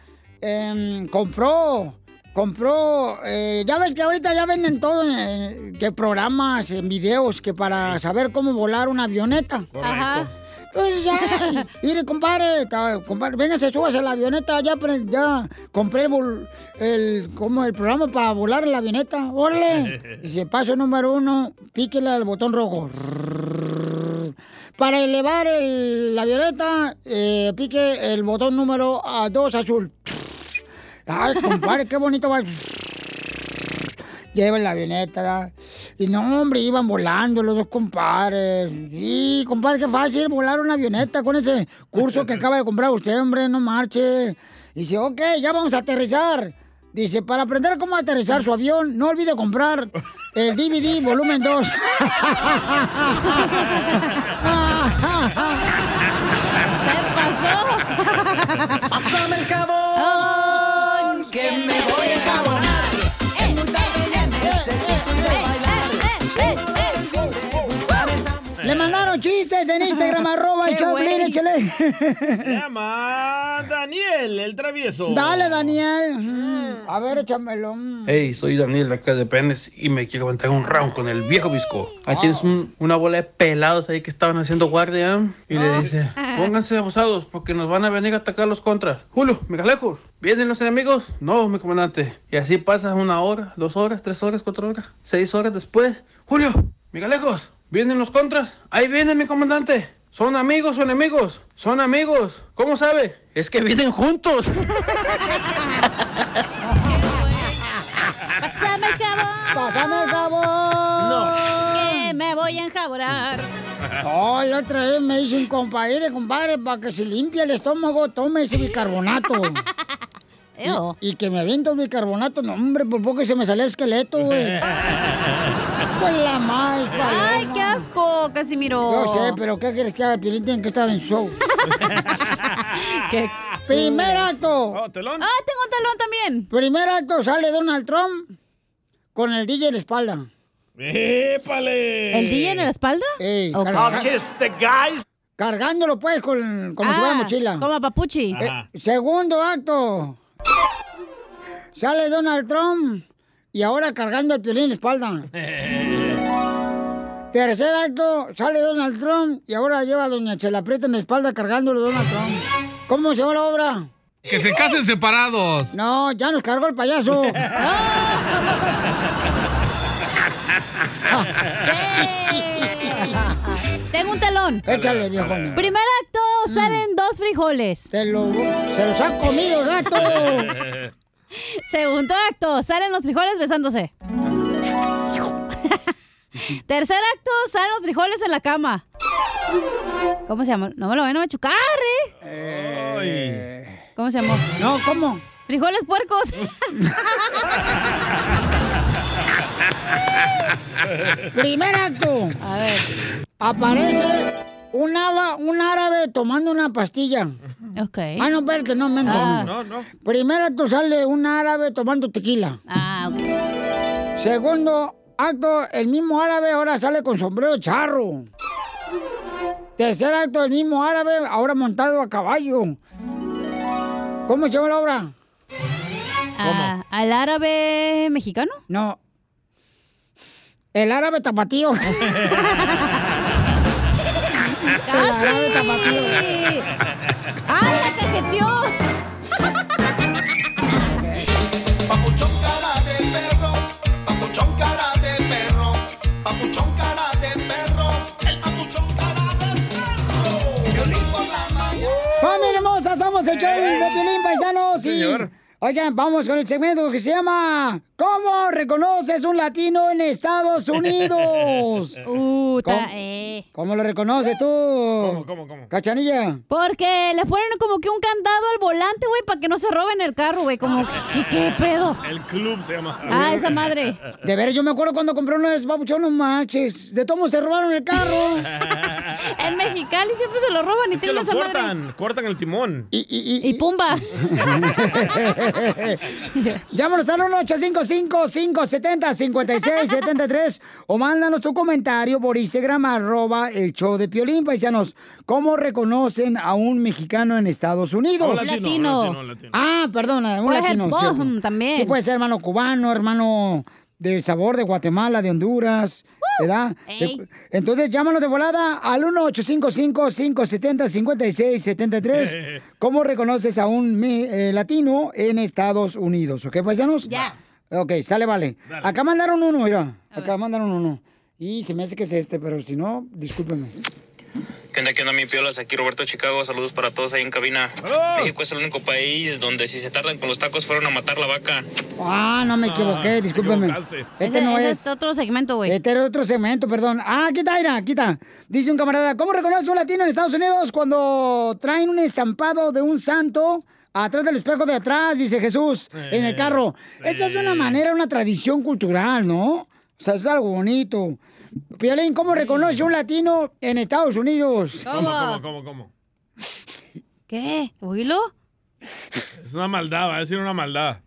em, compró, compró, eh, ya ves que ahorita ya venden todo, eh, que programas, en videos, que para saber cómo volar una avioneta.
Correcto. Ajá.
Entonces Pues ya, mire, compadre, ta- compadre, véngase, súbase a la avioneta, ya, pre- ya compré el, vol- el- como el programa para volar la avioneta, órale. Dice, paso número uno, píquele al botón rojo. Para elevar el- la avioneta, eh, pique el botón número ah, dos azul. Ay, compadre, qué bonito va. Lleva la avioneta. ¿da? Y no, hombre, iban volando los dos compadres. Y, compadre, qué fácil volar una avioneta con ese curso que acaba de comprar usted, hombre, no marche. Dice, ok, ya vamos a aterrizar. Dice, para aprender cómo aterrizar su avión, no olvide comprar el DVD volumen 2.
Se pasó. Pásame el jabón. Que me voy a enjabonar. Es muy tarde ya necesito ir a bailar. Buscar esa mujer.
Le mandaron chistes en Instagram, arroba el
Qué
show,
güey.
mire, échale.
Llama Ah, Daniel, el travieso.
Dale, Daniel. Mm, A ver, échamelo.
Hey, soy Daniel de acá de Penes y me quiero aventar un round con el viejo Visco. Aquí es un- una bola de pelados ahí que estaban haciendo guardia ¿eh? y le dice, pónganse abusados porque nos van a venir a atacar los contras. Julio, Megalejos, ¿vienen los enemigos? No, mi comandante. Y así pasa una hora, dos horas, tres horas, cuatro horas, seis horas después. Julio, Megalejos, ¿vienen los contras? Ahí vienen, mi comandante. ¿Son amigos o enemigos? Son amigos. ¿Cómo sabe? Es que vienen juntos.
Pásame el jabón.
Pásame el jabón.
Que me voy a enjabonar.
Oh, la otra vez me hizo un compadre, compadre, para que se limpie el estómago, tome ese bicarbonato. Y-
Ew.
y, que me aviento el bicarbonato, no, hombre, por poco se me sale el esqueleto, güey. Pues la mal,
Ay, qué asco, Casimiro.
Yo sé, pero ¿qué quieres que haga? El Piolín tiene que estar en show. Primer acto.
telón.
Ah, tengo un telón también.
Primer acto sale Donald Trump con el DJ en la espalda.
¡Épale!
¿El DJ en la espalda?
Ey,
Ok.
carga-
I'll kiss
Cargándolo pues con, como si fuera
Ah,
mochila.
Como a papuchi.
Eh, segundo acto. Sale Donald Trump y ahora cargando el piolín en la espalda. Tercer acto, sale Donald Trump y ahora lleva a Doña Chela Prieta en la espalda cargándolo Donald Trump. ¿Cómo se llama la obra?
Que se casen separados.
No, ya nos cargó el payaso.
¡Oh!
Tengo un telón.
Échale, viejo. Mm.
Primer acto, salen dos frijoles.
se los han comido, gato.
Segundo acto, salen los frijoles besándose. Tercer acto, salen los frijoles en la cama. ¿Cómo se llama? No me lo van a machucar, ¿eh? ¿Cómo se llamó?
No, ¿cómo?
Frijoles puercos.
Primer acto. A ver. Aparece un, aba- un árabe tomando una pastilla.
Ok.
Ah, no, espérate, no, mento.
Ah.
No, no.
Primer acto sale un árabe tomando tequila.
Ah, ok.
Segundo acto, el mismo árabe ahora sale con sombrero charro. Tercer acto, el mismo árabe ahora montado a caballo. ¿Cómo se llama la obra?
Ah, ¿Al árabe mexicano?
No. El árabe tapatío. El árabe tapatío.
¡Ah, la cajeteó!
Papuchón cara de perro. Papuchón cara de perro. Papuchón cara de perro. El papuchón cara de perro. Violín por la mañana.
¡Familia hermosa! Somos el show de
Eh.
Piolín Paisanos y...
Señor.
Oigan, vamos con el segmento que se llama ¿Cómo reconoces un latino en Estados Unidos?
Uh,
¿Cómo, cómo lo reconoces tú? ¿Cómo,
cómo, cómo?
Cachanilla.
Porque le ponen como que un candado al volante, güey, para que no se roben el carro, güey.
Ah,
Como, ¿qué, qué pedo?
El club se llama.
Ah, esa madre.
De veras, yo me acuerdo cuando compré uno de esos babuchón, no manches. De todos se robaron el carro.
En Mexicali siempre se lo roban y
Es que
tienen
lo
esa madre.
cortan, cortan el timón.
Y,
Y pumba.
Llámanos al 1-855-570-5673 o mándanos tu comentario por Instagram, arroba el show de Piolín, paisanos. ¿Cómo reconocen a un mexicano en Estados Unidos?
A un latino, Latino. latino, latino.
Ah, perdona, un
Puede ser
latino.
Bohm
cierto.
también.
Sí, puede ser hermano cubano, hermano del sabor de Guatemala, de Honduras, ¿Verdad?
Ey.
Entonces llámanos de volada al 1-855-570-5673. ¿Cómo reconoces a un me- eh, latino en Estados Unidos? ¿Ok, paisanos? Ya. Ok, sale, vale. Acá mandaron uno, mira. Acá mandaron uno. Y se me hace que es este, pero si no, discúlpeme.
¿Qué onda, qué onda, mi piolas? Aquí Roberto de Chicago. Saludos para todos ahí en cabina. México es el único país donde si se tardan con los tacos fueron a matar la vaca.
Ah, no me equivoqué, discúlpeme. Este
Ese-
no
ese
es. otro segmento, güey. Este era otro segmento, perdón. Ah, aquí está, mira, aquí está. Dice un camarada, ¿cómo reconoce un latino en Estados Unidos cuando traen un estampado de un santo atrás del espejo de atrás, dice Jesús, en el carro? Esa es una manera, una tradición cultural, ¿no? O sea, es algo bonito. Piolín, ¿cómo reconoce un latino en Estados Unidos?
¿Cómo, cómo, cómo, cómo?
¿Qué? ¿Oílo?
Es una maldad, va a decir una maldad.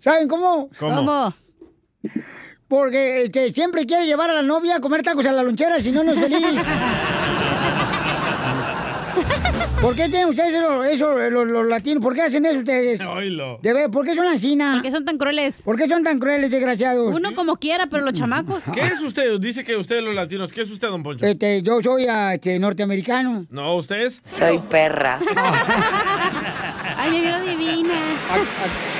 ¿Saben cómo?
¿Cómo? ¿Cómo?
Porque este, siempre quiere llevar a la novia a comer tacos a la lonchera, si no, no es feliz. ¿Por qué tienen ustedes eso, eso, eh, los, los latinos? ¿Por qué hacen eso ustedes?
Oílo.
De ver, ¿por qué son así, ¿Por qué son tan crueles? ¿Por qué son tan crueles, desgraciados? Mm.
Uno como quiera, pero los chamacos.
¿Qué es usted? Dice que usted los latinos. ¿Qué es usted, don Poncho?
Este, yo soy ah, este, norteamericano.
No, usted es.
Soy perra.
Ay, me vieron divina.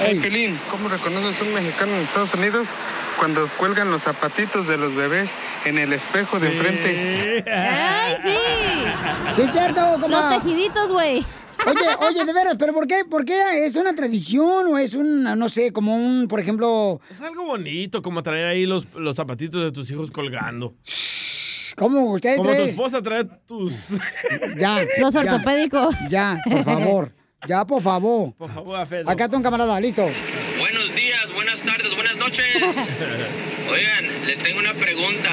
Hey, Pilín, ¿cómo reconoces un mexicano en Estados Unidos cuando cuelgan los zapatitos de los bebés en el espejo de enfrente?
¡Ay, sí!
Sí, es cierto,
Los
comadre.
tejiditos, güey.
Oye, oye, de veras, pero ¿por qué? ¿Por qué es una tradición o es un, no sé, como un, por ejemplo,
Es algo bonito como traer ahí los, los zapatitos de tus hijos colgando.
¿cómo ustedes
Como tu
traen-
esposa trae tus.
Ya. ya. Ya, por favor. Ya, por favor.
Por favor, Afeldo.
Acá está un camarada, listo.
Buenos días, buenas tardes, buenas noches. Oigan, les tengo una pregunta.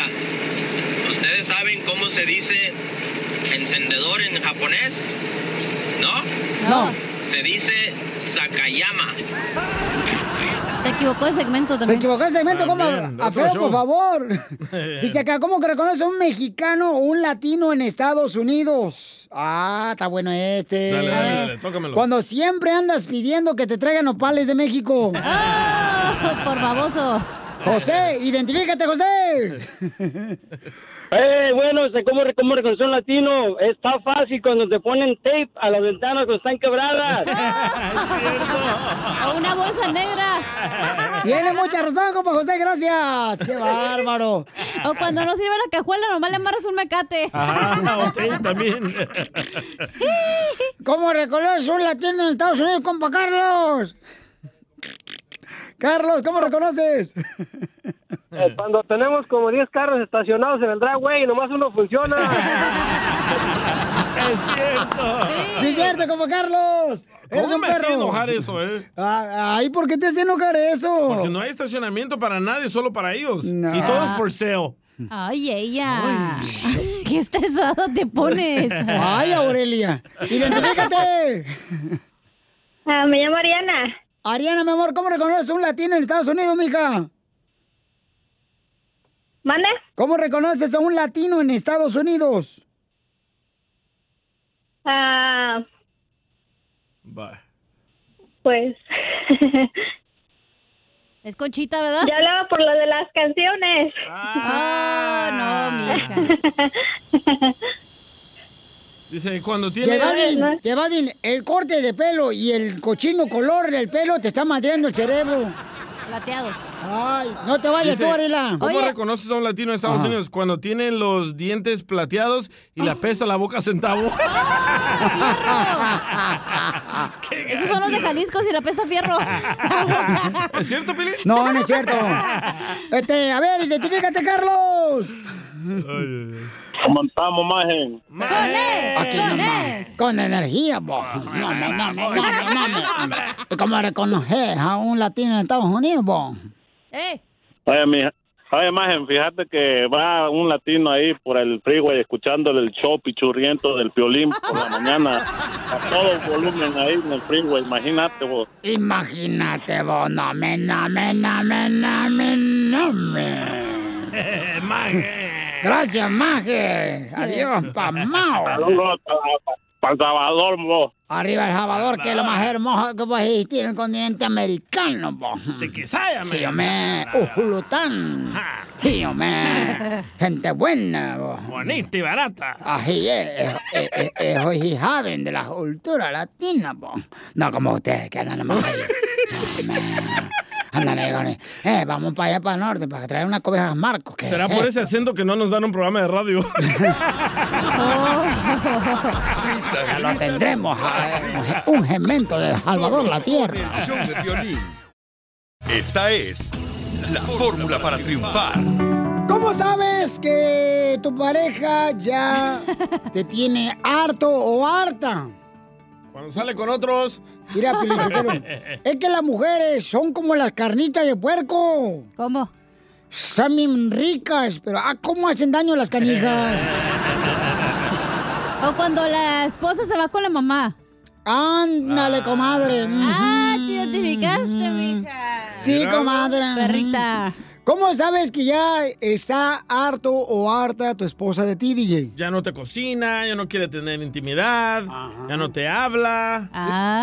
¿Ustedes saben cómo se dice encendedor en japonés? ¿No?
No.
Se dice sakayama.
Se equivocó el segmento
Se
también.
equivocó el segmento, ¿cómo?
También, de
A
otro
feo,
show.
por favor. Dice acá, ¿cómo que reconoce a un mexicano o un latino en Estados Unidos? Ah, está bueno este. A
Dale, dale,
ver.
dale, tócamelo.
Cuando siempre andas pidiendo que te traigan opales de México.
Ah, por baboso.
José, identifícate, José.
Eh, bueno, este, ¿cómo, re- ¿cómo reconocer un latino? Está fácil cuando te ponen tape a las ventanas cuando están quebradas.
A una bolsa negra.
Tiene mucha razón, compa José, gracias. Qué bárbaro.
O cuando no sirve la cajuela, nomás le amarras un mecate.
Ajá, usted también.
¿Cómo reconoces un latino en Estados Unidos, compa Carlos? Carlos, ¿cómo reconoces?
Eh, cuando tenemos como 10 carros estacionados en el driveway y nomás uno funciona.
es cierto.
Sí, es cierto, compa Carlos. Eres
¿Cómo
un
me hacía
perro.
enojar eso, eh?
Ah, Ay, ¿por qué te hace enojar eso?
Porque no hay estacionamiento para nadie, solo para ellos. Y todo es por sale.
Ay, ella. Qué estresado te pones.
Ay, Aurelia. Identifícate. Ah, me llamo Ariana. Ariana, mi amor, ¿cómo reconoces un latino en Estados Unidos, mija? ¿Mande? ¿Cómo reconoces a un latino en Estados Unidos?
Ah,
Bye.
pues.
Es Conchita, ¿verdad?
Ya hablaba por lo de las canciones.
Ah, no, mija.
Dice, cuando tiene.
Te va bien, te va bien. El corte de pelo y el cochino color del pelo te está madreando el cerebro.
Plateado.
Ay, no te vayas
Dice,
tú, Ariela.
¿Cómo reconoces a un latino de Estados Unidos cuando tiene los dientes plateados y le apesta la boca a centavo?
Esos son los de Jalisco si la pesta fierro.
Ah, ¿Es cierto, Pili?
No, no es cierto. Este, a ver, identifícate, Carlos.
¿Cómo estamos, maje?
Aquí nomás, Con energía, bo. Ah, No, no, no, no, no, no, no. ¿Y ¿Cómo reconoces a un latino en Estados Unidos, bo?
Oye, mija. Oye, maje, fíjate que va un latino ahí por el freeway escuchando el show pichurriento del violín por la mañana a todo volumen ahí en el freeway, imagínate vos.
Imagínate, bo. No me, no me, no me, no me, no me. Gracias, Maje. Adiós, pamao.
Saludos a, a-
Para Salvador, bo.
Arriba el Salvador, que es lo más hermoso que puede existir en el continente americano, bo. Sí, hombre, Ujulután. Sí, hombre, gente buena, bo.
Bonita y barata.
Así es, es, es, es, es eh, hoy saben de la cultura latina, bo. No como ustedes que andan nomás ahí. Sí, hombre. Andan ahí con el, Eh, vamos para allá, para el norte, para traer unas cobejas Marcos. que-
Será por
eh,
ese acento que no nos dan un programa de radio.
Ya lo tendremos, ah, un gemento del Salvador, la tierra.
Esta es la fórmula para triunfar.
¿Cómo sabes que tu pareja ya te tiene harto o harta?
Cuando sale con otros.
Mira, Piolín Sotelo, es que las mujeres son como las carnitas de puerco.
¿Cómo?
Están bien ricas, pero ah, ¿cómo hacen daño las canijas?
O cuando la esposa se va con la mamá.
Ándale, comadre.
Ah, te identificaste, mija.
Sí, comadre.
Perrita.
¿Cómo sabes que ya está harto o harta tu esposa de ti, DJ?
Ya no te cocina, ya no quiere tener intimidad, ya no te habla.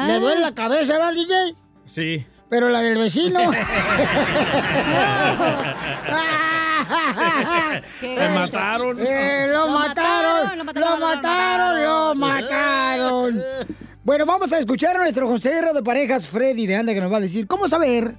¿Le duele la cabeza, ¿verdad, DJ?
Sí.
Pero la del vecino.
Me mataron.
Eh, lo, mataron, lo mataron, lo mataron, lo mataron. Bueno, vamos a escuchar a nuestro consejero de parejas, Freddy de Anda, que nos va a decir cómo saber.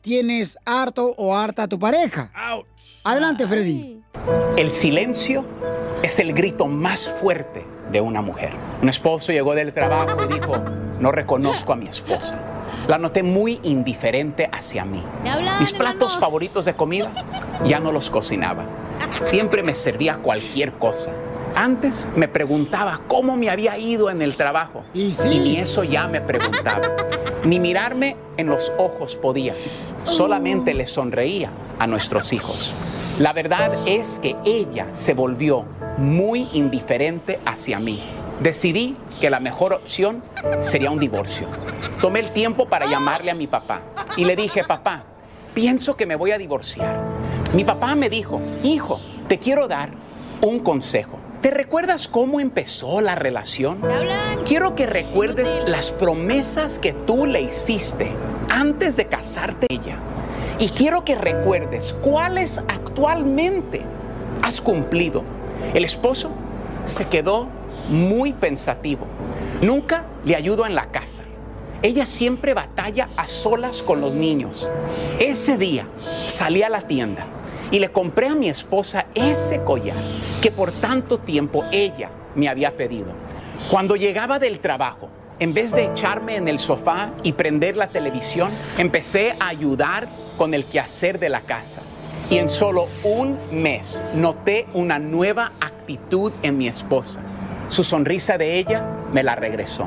tienes harto o harta a tu pareja. Adelante, Freddy.
El silencio es el grito más fuerte de una mujer. Un esposo llegó del trabajo y dijo, no reconozco a mi esposa. La noté muy indiferente hacia mí. Mis platos favoritos de comida ya no los cocinaba. Siempre me servía cualquier cosa. Antes me preguntaba cómo me había ido en el trabajo. Y, ni eso ya me preguntaba. Ni mirarme en los ojos podía. Solamente le sonreía a nuestros hijos. La verdad es que ella se volvió muy indiferente hacia mí. Decidí que la mejor opción sería un divorcio. Tomé el tiempo para llamarle a mi papá y le dije, papá, pienso que me voy a divorciar. Mi papá me dijo, hijo, te quiero dar un consejo. ¿Te recuerdas cómo empezó la relación? Quiero que recuerdes las promesas que tú le hiciste antes de casarte con ella. Y quiero que recuerdes cuáles actualmente has cumplido. El esposo se quedó muy pensativo. Nunca le ayudo en la casa. Ella siempre batalla a solas con los niños. Ese día salí a la tienda y le compré a mi esposa ese collar que por tanto tiempo ella me había pedido. Cuando llegaba del trabajo, en vez de echarme en el sofá y prender la televisión, empecé a ayudar con el quehacer de la casa. Y en solo un mes noté una nueva actitud en mi esposa. Su sonrisa de ella me la regresó.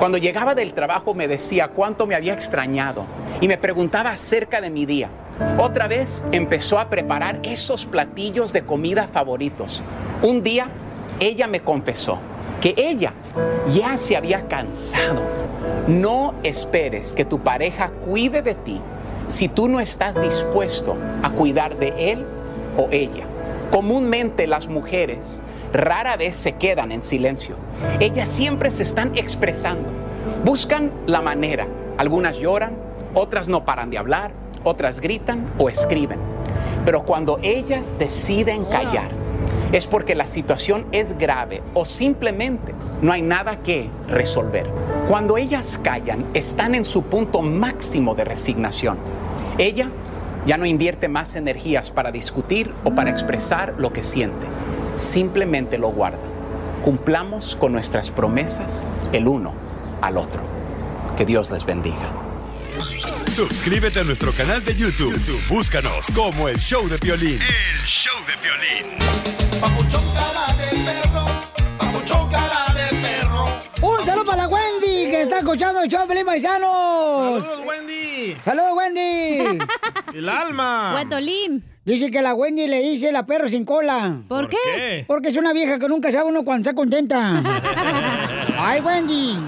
Cuando llegaba del trabajo me decía cuánto me había extrañado y me preguntaba acerca de mi día. Otra vez empezó a preparar esos platillos de comida favoritos. Un día ella me confesó que ella ya se había cansado. No esperes que tu pareja cuide de ti si tú no estás dispuesto a cuidar de él o ella. Comúnmente las mujeres rara vez se quedan en silencio. Ellas siempre se están expresando. Buscan la manera. Algunas lloran, otras no paran de hablar, otras gritan o escriben. Pero cuando ellas deciden callar, es porque la situación es grave o simplemente No hay nada que resolver. Cuando ellas callan, están en su punto máximo de resignación. Ella ya no invierte más energías para discutir o para expresar lo que siente. Simplemente lo guarda. Cumplamos con nuestras promesas el uno al otro. Que Dios les bendiga.
Suscríbete a nuestro canal de YouTube. YouTube, Búscanos como el show de violín.
El show de violín. Papuchón cara de perro, papuchón cara de perro.
Un saludo para la Wendy que está escuchando el show de Pelín Paisanos.
Saludos, Wendy.
Saludos, Wendy.
El alma.
Guatolín. Dice que la Wendy le dice la perro sin cola.
¿Por ¿Por qué? qué?
Porque es una vieja que nunca sabe uno cuando está contenta. Ay, Wendy.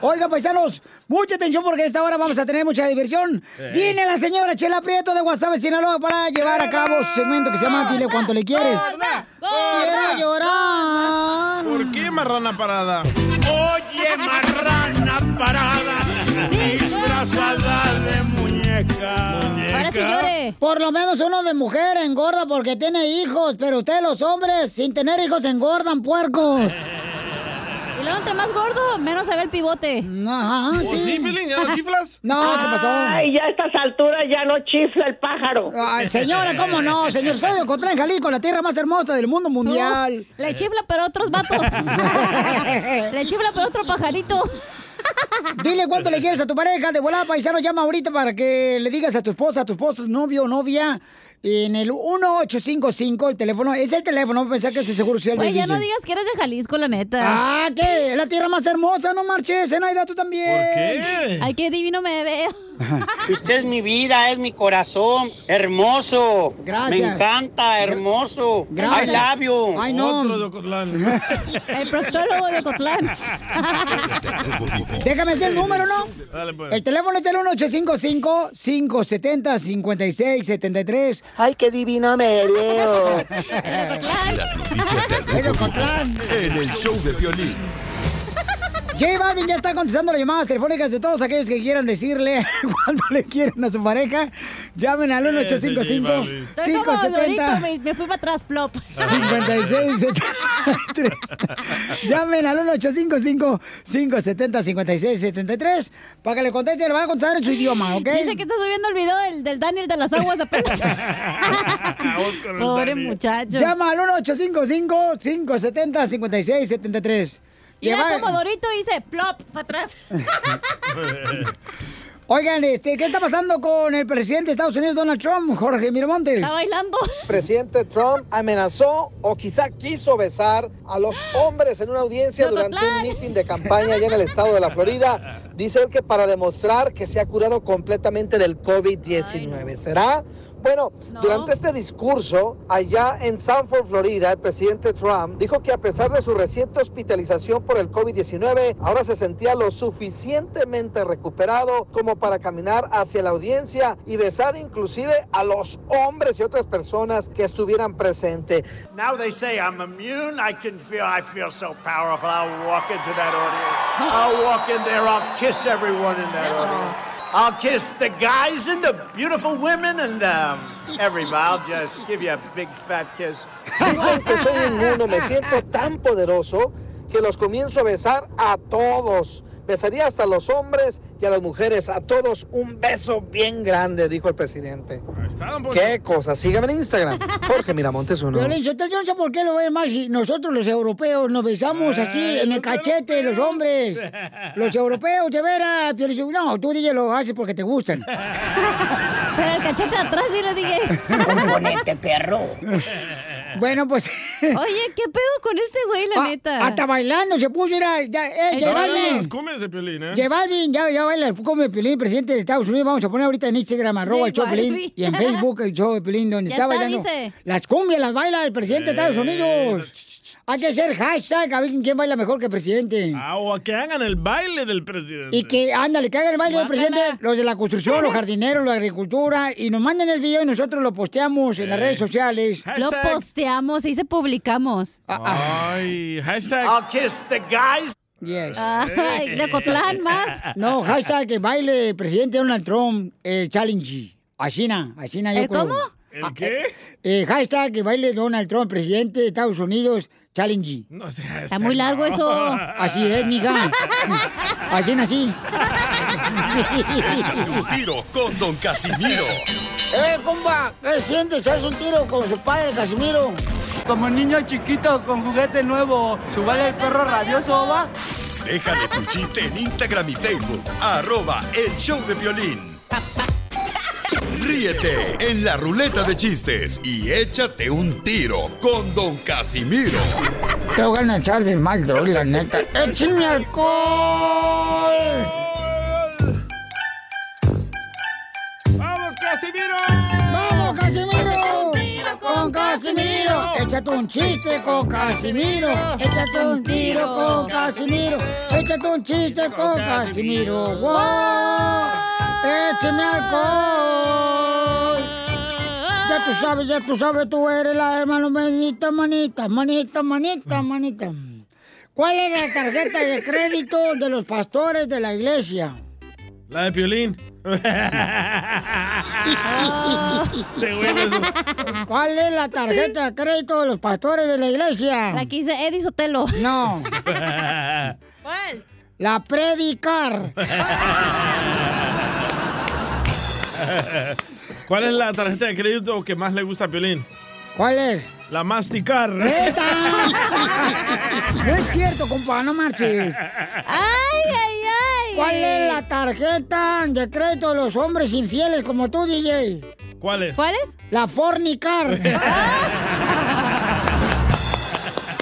Oiga, paisanos, mucha atención porque a esta hora vamos a tener mucha diversión.
Sí.
Viene la señora Chela Prieto de Guasave, Sinaloa, para llevar a cabo su segmento que se llama Dile cuánto le quieres. Quiero llorar.
¿Por qué, marrana parada?
Eh,
Oye, marrana parada, disfrazada de muñeca.
Por lo menos uno de mujer engorda porque tiene hijos, pero ustedes los hombres sin tener hijos engordan puercos.
Y luego entre más gordo, menos se ve el pivote.
Ajá,
sí.
Oh, sí, Piolín, ¿ya no chiflas?
No, ¿qué pasó?
Ay, ya a estas alturas ya no chifla el pájaro.
Ay, señora, ¿cómo no? Señor, soy de Ocotlán, Jalisco, la tierra más hermosa del mundo mundial.
Uh, Le chifla, pero otros vatos. Le chifla, pero otro pajarito.
Dile cuánto le quieres a tu pareja. De volada, paisano, llama ahorita para que le digas a tu esposa, a tu esposo, novio o novia. En el 1855, el teléfono. Es el teléfono, pensar que ese seguro social.
Güey,
del
ya no
DJ.
digas que eres de Jalisco, la neta.
Ah, ¿qué? Es la tierra más hermosa, no marches. Zenaida, tú también.
Ay, qué divino me veo.
Usted es mi vida, es mi corazón, hermoso.
Gracias.
Me encanta, hermoso.
Gracias.
Hay labio.
Ay, no. Otro de
El proctólogo de Cotlán.
Déjame hacer el número, ¿no?
Dale, pues.
El teléfono es el 1855-570-5673. Ay, qué divino me veo.
Las noticias del
Ay, de
grupo
Ocotlán.
en el show de violín.
J Balvin ya está contestando las llamadas telefónicas de todos aquellos que quieran decirle cuánto le quieren a su pareja. Llamen al
Ese J
1855
Balvin. Estoy como Dorito,
570
me, me fui para atrás, plop.
5673. Llamen al 1855 570 5673 para que le conteste, le van a contestar en su idioma, ¿ok?
Dice que está subiendo el video del, del Daniel de las aguas apenas. Pobre muchacho.
Llama al 1855 570 5673.
Y como Dorito dice, plop, para atrás.
Oigan, este, ¿qué está pasando con el presidente de Estados Unidos, Donald Trump, Jorge Miramontes?
bailando.
Presidente Trump amenazó o quizá quiso besar a los hombres en una audiencia durante un mitin de campaña allá en el estado de la Florida. Dice él que para demostrar que se ha curado completamente del COVID-19. ¿Será? Bueno, durante este discurso, allá en Sanford, Florida, el presidente Trump dijo que a pesar de su reciente hospitalización por el COVID-19, ahora se sentía lo suficientemente recuperado como para caminar hacia la audiencia y besar inclusive a los hombres y otras personas que estuvieran presentes.
Now they say I'm immune. I can feel. I feel so powerful. I'll walk into that audience. I'll walk in there. I'll kiss everyone in that audience. I'll kiss the guys and the beautiful women and them. Everybody. I'll just give you a big fat kiss.
Dicen que soy inmuno, me siento tan poderoso que los comienzo a besar a todos. Besaría hasta a los hombres y a las mujeres, a todos un beso bien grande, dijo el presidente. Qué cosa, síganme en Instagram, Jorge Miramontes uno.
Violín, yo te- yo no sé por qué lo ven mal si nosotros los europeos nos besamos así en el cachete, Ah, los hombres. Los europeos, de veras, Piolín, No, tú DJ lo haces porque te gustan.
Pero el cachete de atrás sí le dije.
Componente, perro. Bueno, pues. Ah,
Oye, ¿qué pedo con este güey, la neta?
Hasta bailando se puso, mira, ya, eh,
Está
J
bailando
Balvin.
las cumbias de Piolín, ¿eh?
J Balvin, ya, ya baila come Piolín, presidente de Estados Unidos. Vamos a poner ahorita en Instagram, arroba el show de Piolín,
Balvin.
y en Facebook el show de Piolín, donde
Ya
está,
está,
bailando.
dice.
Las cumbias las baila el presidente de Estados
Eh.
Unidos. Hay que hacer hashtag a ver quién baila mejor que el presidente.
Ah, o a que hagan el baile del presidente.
Y que, ándale, que hagan el baile del presidente, los de la construcción, los jardineros, la agricultura, y nos manden el video y nosotros lo posteamos en las redes sociales. Ah,
Lo posteamos y se publicamos.
Ay, hashtag.
I'll kiss the guys.
Yes.
Ay, de Ocotlán más.
No, eh, hashtag que baile presidente Donald Trump, el challenge. Asina, asina yo
¿El
creo.
cómo?
¿El qué?
Eh, hashtag que baile Donald Trump, presidente de Estados Unidos, challenge.
No sé.
Está muy largo eso. Así es, mija. Así así.
Échate un tiro con Don Casimiro.
¡Eh, compa! ¿Qué sientes? ¿Haz un tiro con su padre, Casimiro?
Como niño chiquito con juguete nuevo, ¿subale el perro rabioso, va?
Déjale tu chiste en Instagram y Facebook. Arroba el show de violín. Ríete en la ruleta de chistes y échate un tiro con Don Casimiro.
Tengo ganas de echar de mal, droga, la neta. Eh, ¡Échame alcohol!
¡Vamos, Casimiro!
¡Vamos, Casimiro! Con Casimiro, échate un chiste con Casimiro, échate un tiro con Casimiro, échate un chiste con Casimiro. ¡Wow! ¡Échame alcohol! Ya tú sabes, ya tú sabes, tú eres la hermano manita, manita, manita, manita, manita. ¿Cuál es la tarjeta de crédito de los pastores de la iglesia?
La de Piolín.
¿Cuál es la tarjeta de crédito de los pastores de la iglesia? La que dice Eddie Sotelo. No,
¿Cuál?
la predicar.
¿Cuál es la tarjeta de crédito que más le gusta a Piolín?
¿Cuál es?
La masticar.
¡Neta! No es cierto, compa, no marches.
¡Ay, ay, ay!
¿Cuál es la tarjeta de crédito de los hombres infieles como tú, DJ?
¿Cuál es?
es?
La fornicar.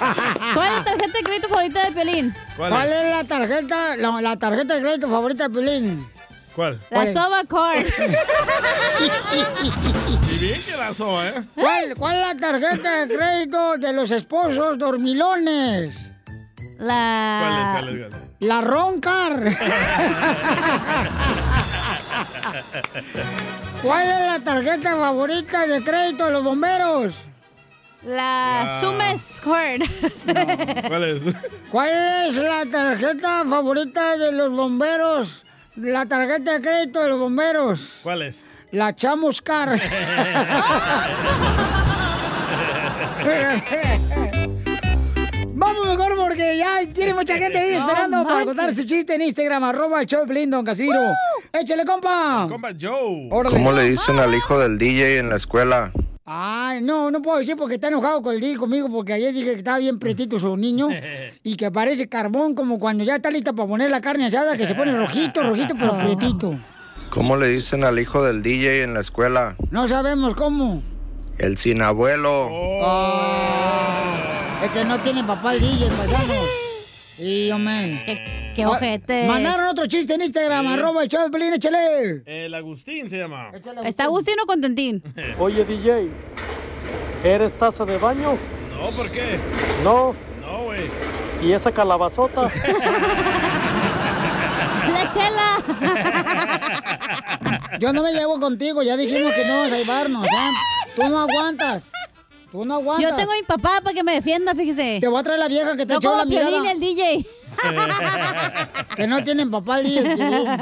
Ah. ¿Cuál es la tarjeta de crédito favorita de Pelín?
¿Cuál, es? la tarjeta, la, la tarjeta de crédito favorita de Pelín?
¿Cuál?
La Soba Card.
Y bien que la soba, ¿eh?
¿Cuál, ¿Cuál es la tarjeta de crédito de los esposos dormilones?
La...
¿Cuál es? ¿Cuál es? ¿Cuál
La roncar. ¿Cuál es la tarjeta favorita de crédito de los bomberos?
La
Ah.
Sumes Card.
es? ¿Cuál es?
¿Cuál es la tarjeta favorita de los bomberos? La tarjeta de crédito de los bomberos.
¿Cuál es?
La chamuscar. Vamos mejor porque ya tiene mucha gente ahí
No
esperando para
manches.
contar su chiste en Instagram, arroba el show de Piolín, don Casimiro. ¡Échale, compa!
Compa Joe.
Órale.
¿Cómo le dicen al hijo del DJ en la escuela?
Ay, no, no puedo decir porque está enojado con el día conmigo porque ayer dije que estaba bien pretito su niño y que parece carbón como cuando ya está lista para poner la carne asada que se pone rojito, rojito, pero pretito.
¿Cómo le dicen al hijo del DJ en la escuela?
No sabemos cómo.
El sin abuelo.
Es que no tiene papá el DJ, paisano. Sí, hombre.
Qué, qué ojete.
Mandaron otro chiste en Instagram, arroba el show de Piolín, échale.
El Agustín se llama.
¿Está Agustín o Contentín?
Oye, DJ, ¿eres taza de baño?
No, ¿por qué?
No.
No, güey.
¿Y esa calabazota?
¡La chela!
Yo no me llevo contigo, ya dijimos que no vamos a llevarnos, ¿ya? Tú no aguantas. Tú no aguantas.
Yo tengo a mi papá para que me defienda, fíjese. Te
voy a traer la vieja que te
no
echó
como
la mirada.
Piolín y el DJ.
Que no tienen papá el DJ. Piolín.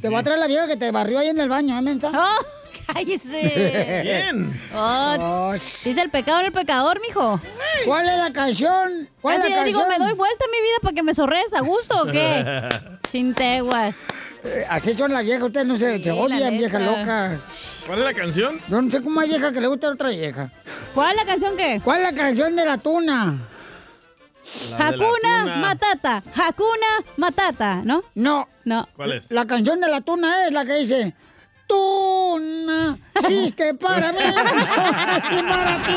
Te va a traer la vieja que te barrió ahí en el baño, ¿eh, menta?
¡Oh, cállese!
Bien.
Oh, tss, dice el pecado en el pecador, mijo.
¿Cuál es la canción? ¿Cuál es
Así
la
yo digo, ¿me
canción?
doy vuelta a mi vida para que me zorres a gusto o qué? Chinteguas.
Eh, Así son las viejas, ustedes no se, se
la
odian, vieja
neta.
loca.
¿Cuál es la canción?
Yo no sé cómo hay vieja que le gusta a otra vieja. ¿Cuál es la canción qué? ¿Cuál es la canción de la tuna?
La de la
Hakuna
tuna.
Matata. Hakuna Matata, ¿no?
No.
No.
¿Cuál es?
La canción de la tuna es la que dice... Tuna, hiciste para mí, tuna, sí para ti.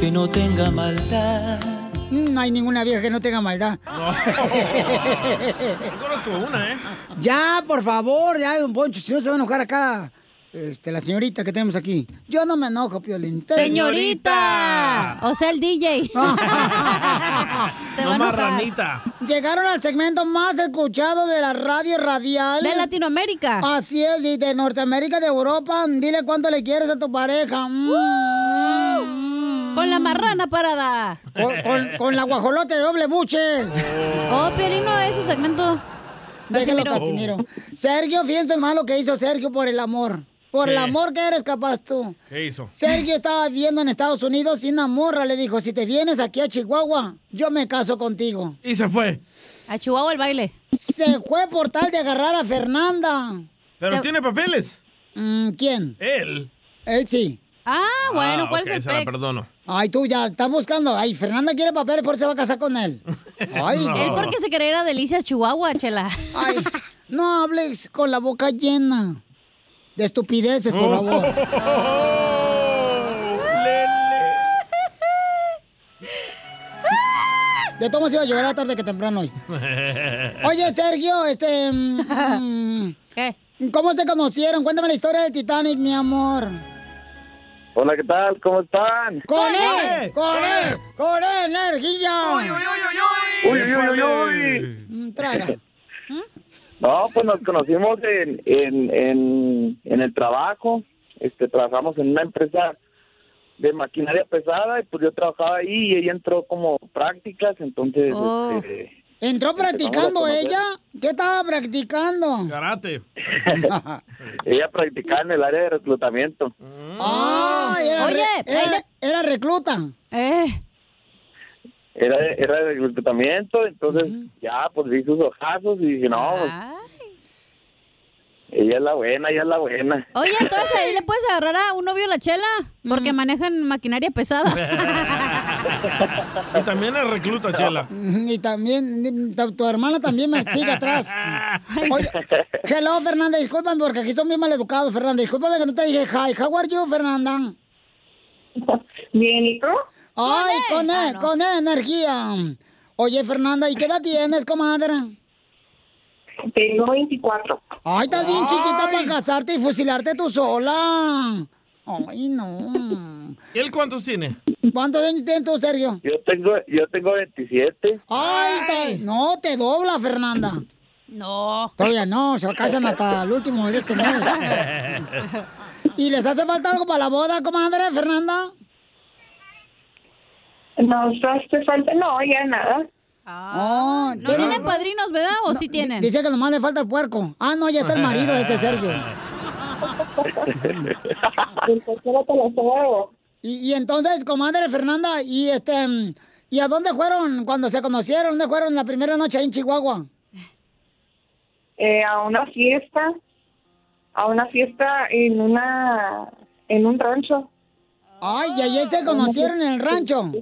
que no tenga maldad
Mm, No hay ninguna vieja que no tenga maldad.
Yo conozco una, ¿eh?
ya, por favor, ya, don Poncho, si no se va a enojar acá este, la señorita que tenemos aquí. Yo no me enojo, Piolín.
Señorita. O sea, el DJ. Se va a enojar.
Llegaron al segmento más escuchado de la radio radial.
De Latinoamérica.
Así es, y de Norteamérica, de Europa. Dile cuánto le quieres a tu pareja. Mm.
Con la marrana parada.
Con, con- con la guajolote de doble buche.
Oh, Piolín no es su segmento.
Déjalo,
Casimiro.
Casimiro. Sergio, fíjense más lo que hizo Sergio por el amor. Por el
¿Qué?
amor que eres capaz tú.
¿Qué hizo?
Sergio estaba viviendo en Estados Unidos y una morra le dijo, si te vienes aquí a Chihuahua, yo me caso contigo.
Y se fue.
A Chihuahua el baile. Se fue por tal de agarrar a Fernanda.
Pero
Se-
tiene papeles.
Mm, ¿Quién?
Él.
Él sí.
Ah,
Ah, ok, se la perdono.
Ay, tú ya, estás buscando. Ay, Fernanda quiere papeles, por eso se va a casar con él. Ay,
No.
Él porque se quería ir a Delicias, Chihuahua, chela.
Ay, no hables con la boca llena de estupideces,
Oh.
por
Oh.
favor. De todos modos iba a llorar tarde que temprano hoy. Oye, Sergio, este... mm, ¿Cómo se conocieron? Cuéntame la historia del Titanic, mi amor.
Hola, ¿qué tal? ¿Cómo están?
¡Con él! ¡Con él! ¡Con él, energía! ¡Uy,
Uy, uy, uy, uy.
Traga. ¿Mm?
No, pues nos conocimos en, en, en, en el trabajo. Este, trabajamos en una empresa de maquinaria pesada y pues yo trabajaba ahí y ella entró como prácticas, entonces
Oh.
este,
¿Entró practicando ella? ¿Qué estaba practicando?
Karate. ella practicaba en el área de reclutamiento.
Ay, era,
Oye,
re- era, era recluta.
Era, de- era de reclutamiento, entonces ya pues vi sus ojazos y dije, no, pues,
Ah.
ella es la buena, ella es la buena.
Oye, entonces ahí le puedes agarrar a un novio la chela
Mm.
porque manejan maquinaria pesada.
Y también es recluta, Chela.
Y también, tu, tu hermana también me sigue atrás. Oye, hello, Fernanda, discúlpame porque aquí son bien maleducados, Fernanda. Discúlpame que no te dije hi. How are you, Fernanda? Bien, ¿y tú? Ay, con, e- con energía. Oye, Fernanda, ¿y qué edad tienes, comadre? Tengo 24. Ay, estás bien chiquita para casarte y fusilarte tú sola. Ay, no.
¿Y él cuántos tiene?
¿Cuántos años tienes tú, Sergio?
Yo tengo, yo tengo 27.
Ay, te- no, te dobla, Fernanda.
No.
Todavía no, se casan hasta el último de este mes. ¿Y les hace falta algo para la boda, comadre Fernanda?
No, este hace falta, no, ya nada.
Ah,
No tiene padrinos, ¿verdad? ¿O sí tienen?
Dice que nomás le falta el puerco. Ah, no, ya está el marido ese, Sergio.
Ah, pues,
Y, y entonces, comadre Fernanda, ¿y este mm, y a dónde fueron cuando se conocieron? ¿Dónde fueron la primera noche ahí en Chihuahua?
Eh, a una fiesta, a una fiesta en una, en un rancho.
Ay, y ahí se conocieron en el rancho.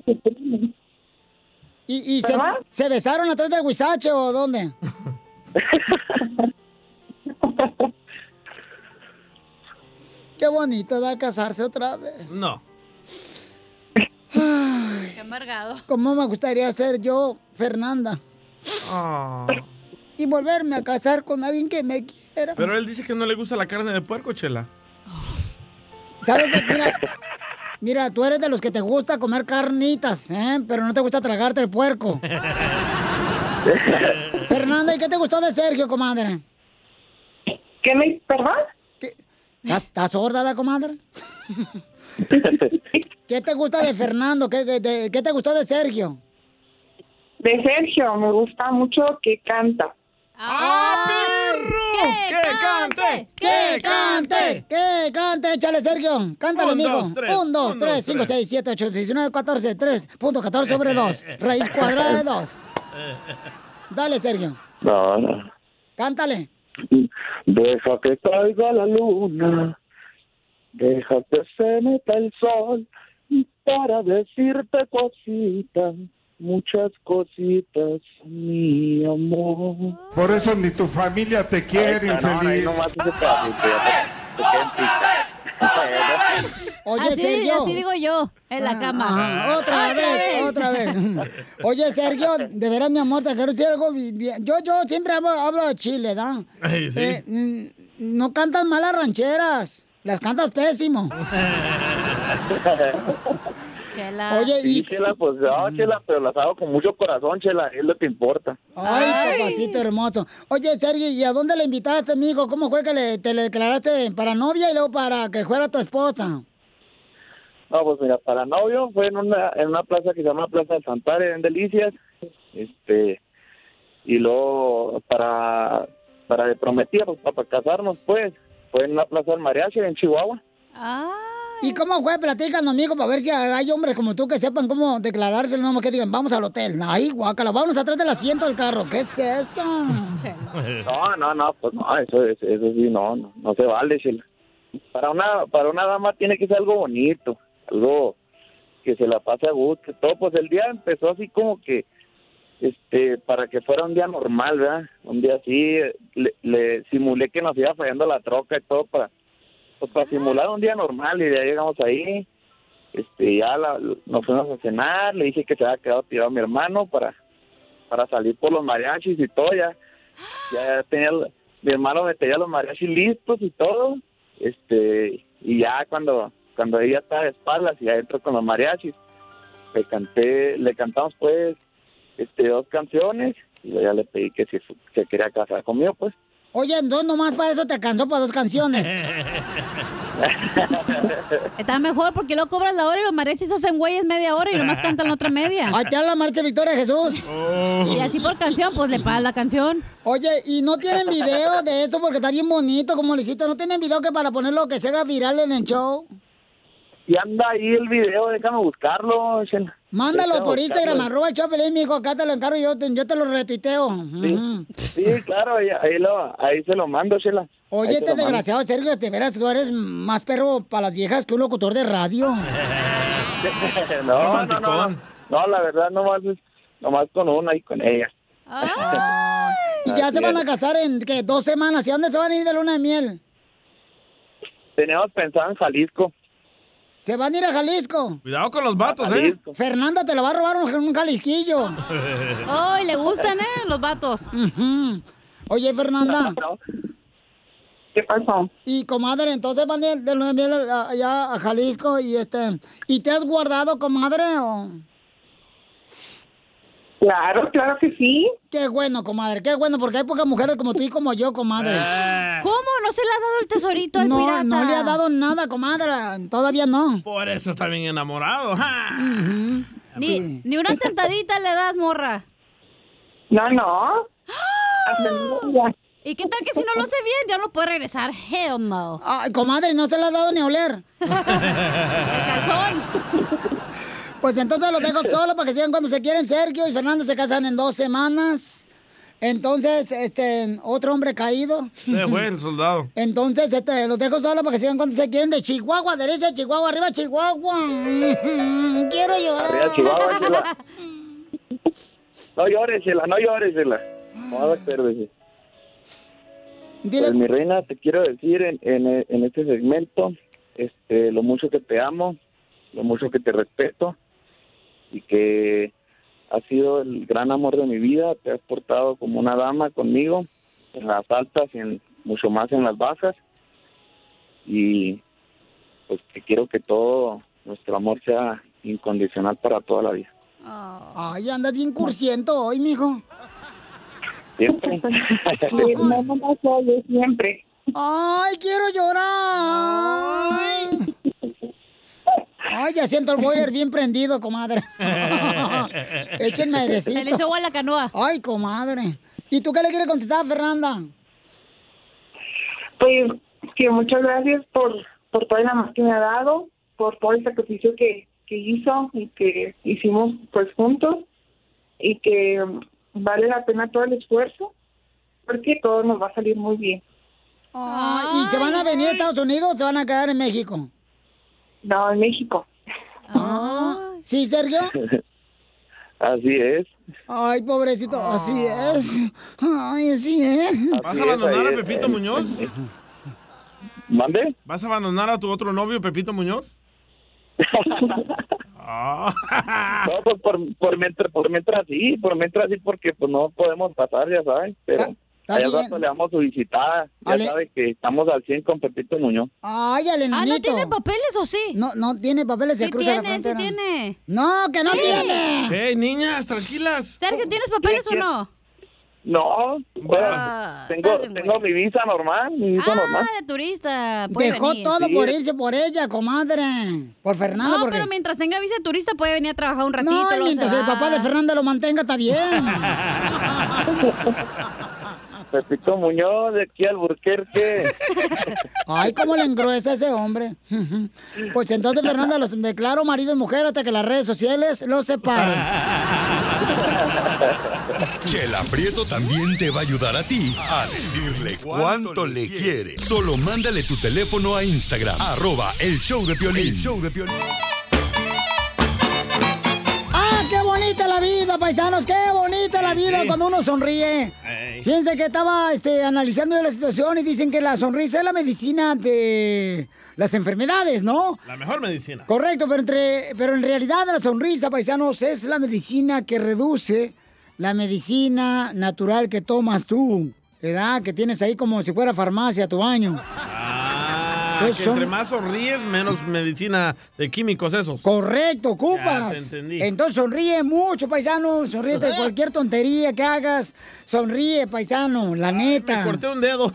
¿Y, y se,
¿Perdón?
se besaron atrás del huizache o dónde? Qué bonito da casarse otra vez.
No.
Ay,
Qué amargado.
¿Cómo me gustaría ser yo, Fernanda?
Ah.
Y volverme a casar con alguien que me quiera.
Pero él dice que no le gusta la carne de puerco, Chela.
¿Sabes? qué? Mira, mira, tú eres de los que te gusta comer carnitas, ¿eh? Pero no te gusta tragarte el puerco. Fernanda, ¿y qué te gustó de Sergio, comadre? ¿Qué me... perdón? ¿Estás estás sorda, da, comadre? ¿Qué te gusta de Fernando? ¿Qué, qué- de- qué te gustó de Sergio?
De Sergio, me gusta mucho que canta.
¡Que cante! ¡Que cante! ¡Que cante! Échale, Sergio. Cántale,
Un,
amigo.
dos, tres.
1, 2,
Un,
3,
dos,
5,
tres.
6, 7, 8, 19, 14, 3. Punto 14 sobre 2. Raíz cuadrada de 2. Dale, Sergio.
No, no.
Cántale.
Deja que caiga la luna, deja que se meta el sol para decirte cositas, muchas cositas, mi amor.
Por eso ni tu familia te quiere,
Ahí está, no, ahí
infeliz.
nomás ese pedacito, ya te- te queda en pista.
Oye, Ah,
así,
Sergio.
así digo yo, en la cama.
Ajá, otra, vez, otra vez. Oye, Sergio, de veras, mi amor, te quiero decir algo. bi- bien. Yo, yo siempre hablo, hablo de Chile, ¿da?
Ay, sí.
Eh, mm, no cantas malas rancheras, las cantas pésimo. Oye,
Sí,
y-
Chela, pues no, Chela, pero las hago con mucho corazón, Chela, es lo que importa.
Ay, papacito hermoso. Oye, Sergio, ¿y a dónde le invitaste, amigo? ¿Cómo fue que le, te le declaraste para novia y luego para que fuera tu esposa?
No, pues mira, para novio fue en una, en una plaza que se llama Plaza del Santario, en Delicias. Este, y luego para, para de prometida, pues para, para casarnos, pues, fue en una plaza del mariachi en Chihuahua.
¿Y cómo fue? Platícanos, amigo, para ver si hay hombres como tú que sepan cómo declararse, no más que digan, vamos al hotel. Ay, guácala, vamos atrás del asiento del carro. ¿Qué es eso?
No, no, no, pues no, eso, es- eso sí, no, no, no se vale, Chela. Para una, para una dama tiene que ser algo bonito, algo que se la pase a gusto. y Todo, pues el día empezó así como que, este, para que fuera un día normal, ¿verdad? Un día así, eh, le, le simulé que nos iba fallando la troca y todo para, pues para simular un día normal y ya llegamos ahí. Este, ya la- nos fuimos a cenar, le dije que se había quedado tirado mi hermano para, para salir por los mariachis y todo, ya ya tenía mi hermano me tenía los mariachis listos y todo este y ya cuando cuando ella estaba de espaldas y adentro con los mariachis le canté le cantamos pues este dos canciones y luego ya le pedí que si fu- se quería casar conmigo pues
Oye, entonces nomás para eso te alcanzó para dos canciones.
Está mejor porque luego cobras la hora y los mariachis hacen güeyes media hora y nomás cantan la otra media.
Ahí está la marcha Victoria Jesús.
Y así por canción, pues le pagas la canción.
Oye, ¿y no tienen video de esto porque está bien bonito como lo hiciste? ¿No tienen video que para ponerlo que se haga viral en el show?
y anda ahí el video déjame buscarlo Shela.
Mándalo
Déjame
por
buscarlo.
Instagram, arroba el show de Pelín, mijo, acá te lo encargo, yo te, yo te lo retuiteo.
sí,
Ujú.
Sí, claro ahí, ahí lo ahí se lo mando Shela
Oye,
Ahí se
este
lo mando.
desgraciado, Sergio, te verás, tú eres más perro para las viejas que un locutor de radio.
no, no, no, no. No, la verdad nomás es- nomás con una y con ella
Y ya
Así
se van
es.
a casar en ¿qué? dos semanas. ¿Y a dónde se van a ir de luna de miel?
teníamos pensado en Jalisco
Se van a ir a Jalisco.
Cuidado con los vatos, ¿eh?
Jalisco.
Fernanda te la va a robar un, un jalisquillo.
Ay, le gustan, ¿eh? Los vatos.
Ujú. Oye, Fernanda.
¿Qué pasó?
Y comadre, entonces van a ir de luna de miel a- allá a Jalisco y este. ¿Y te has guardado, comadre? o?
Claro, claro que sí.
Qué bueno, comadre, qué bueno, porque hay pocas mujeres como tú y como yo, comadre.
¿Cómo? ¿No se le ha dado el tesorito al
no,
pirata?
No le ha dado nada, comadre. Todavía no.
Por eso está bien enamorado. ¡ja!
Ni, ni una tentadita le das, morra.
No, no.
Ah. ¿Y qué tal que si no lo hace bien ya no puede regresar? Hell no.
Ay, comadre, no se le ha dado ni a oler. Pues entonces los dejo solo para que sigan cuando se quieren. Sergio y Fernando se casan en dos semanas. Entonces, este, otro hombre caído.
Se fue el soldado.
Entonces, este, los dejo solo para que sigan cuando se quieren. De Chihuahua, derecha, Chihuahua, arriba, Chihuahua. Quiero llorar.
Arriba Chihuahua, Chela. No llores, Chela, no llores, Chela. No hagas perderse. Pues mi reina, te quiero decir en, en, en este segmento este, lo mucho que te amo, lo mucho que te respeto y que has sido el gran amor de mi vida. Te has portado como una dama conmigo, en las altas y en, mucho más en las bajas. Y pues que quiero que todo nuestro amor sea incondicional para toda la vida.
Oh.
Ay, andas bien cursiento hoy, mijo.
Siempre.
Mi hermana más oye siempre.
Ay, quiero llorar. Ay. Ay, ya siento el boiler bien prendido, comadre. Échenme airecito.
Se le hizo agua a la canoa.
Ay, comadre. ¿Y tú qué le quieres contestar, Fernanda?
Pues que muchas gracias por, por todo el amor que me ha dado, por todo el sacrificio que, que hizo y que hicimos pues juntos y que vale la pena todo el esfuerzo porque todo nos va a salir muy bien.
Ay, Ah, ¿Y se van a venir a Estados Unidos o se van a quedar en México?
No, en México.
Ah, ¿Sí, Sergio?
Así es.
Ay, pobrecito, así
Ah.
es. Ay, así es.
¿Vas
Así es,
a
ahí
abandonar a
es,
Pepito
en-
Muñoz?
¿Mande?
¿Vas a abandonar a tu otro novio, Pepito Muñoz?
No, pues por, por mientras, por mientras sí, por mientras sí, porque pues no podemos pasar, ya saben, pero
está
allá
bien.
rato le damos su visitada, ya
Ale-
sabe que estamos al 100 con Pepito Muñoz.
Ay, Alenito. Ah, ¿no tiene
papeles o sí?
No, no tiene papeles de
Sí
cruza la
tiene, sí
frontera.
tiene.
No, que no
Sí.
tiene.
Hey, niñas, tranquilas.
Sergio, ¿tienes papeles o no?
No, bueno,
Ah,
tengo, tengo mi visa normal, mi visa normal.
Ah, de turista. puede
Dejó
venir.
todo por irse por ella, comadre. Por Fernanda,
No,
porque...
pero mientras tenga visa de turista puede venir a trabajar un ratito.
No, y
luego se
mientras el
va.
papá de Fernanda lo mantenga, está bien.
Pepito Muñoz, de aquí al Burquerque.
Ay, cómo le engruesa ese hombre. Pues entonces, Fernanda, los declaro marido y mujer hasta que las redes sociales los separen.
Chela Prieto también te va a ayudar a ti a decirle cuánto le quiere. Solo mándale tu teléfono a Instagram, arroba el show de Piolín.
¡Ah, qué bonita la vida, paisanos! ¡Qué bonita la vida
sí.
cuando uno sonríe!
Ey.
Fíjense que estaba este, analizando yo la situación y dicen que la sonrisa es la medicina de las enfermedades, ¿no?
La mejor medicina.
Correcto, pero, entre, pero en realidad la sonrisa, paisanos, es la medicina que reduce la medicina natural que tomas tú, ¿verdad? Que tienes ahí como si fuera farmacia tu baño.
Ah,
Pues
que
son-
entre más sonríes, menos medicina de químicos esos.
Correcto,
Ya, te
ocupas. Eh,
entendí.
Entonces sonríe mucho, paisano. Sonríe de cualquier tontería que hagas. Sonríe, paisano, la neta. Me corté
un dedo.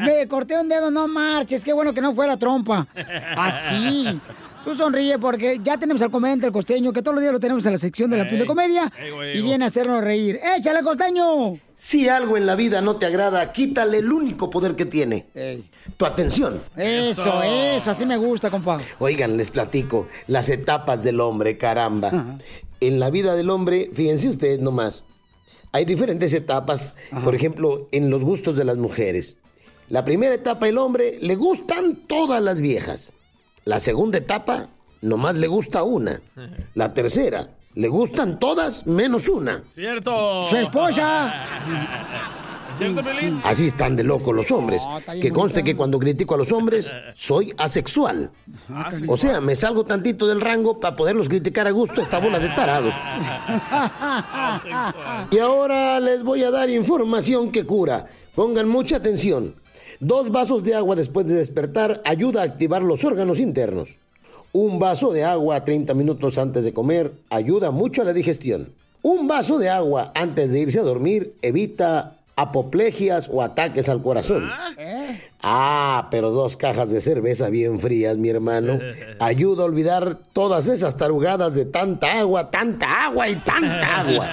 me corté un dedo, no marches. Qué bueno que no fue la trompa. Así. Tú sonríe porque ya tenemos al comediante, el costeño, que todos los días lo tenemos en la sección de la
Ey,
pila de comedia.
ego,
Y
ego.
viene a hacernos reír. ¡Échale, costeño!
Si algo en la vida no te agrada, quítale el único poder que tiene. Tu atención.
Eso, eso, así me gusta, compa.
Oigan, les platico las etapas del hombre, caramba. En la vida del hombre, fíjense ustedes nomás, hay diferentes etapas, por ejemplo, en los gustos de las mujeres. La primera etapa, el hombre, le gustan todas las viejas. La segunda etapa, nomás le gusta una. La tercera, le gustan todas menos una.
¡Cierto!
Su esposa.
¿Cierto, Pelín?
Así están de locos los hombres.
No, está bien
que conste
bonito.
que cuando critico a los hombres, soy asexual.
Ah, sí.
O sea, me salgo tantito del rango para poderlos criticar a gusto esta bola de tarados.
ah,
Y ahora les voy a dar información que cura. Pongan mucha atención. Dos vasos de agua después de despertar ayuda a activar los órganos internos. Un vaso de agua 30 minutos antes de comer ayuda mucho a la digestión. Un vaso de agua antes de irse a dormir evita apoplegias o ataques al corazón.
Eh,
Ah, pero dos cajas de cerveza bien frías, mi hermano. Ayuda a olvidar todas esas tarugadas de tanta agua, tanta agua y tanta agua.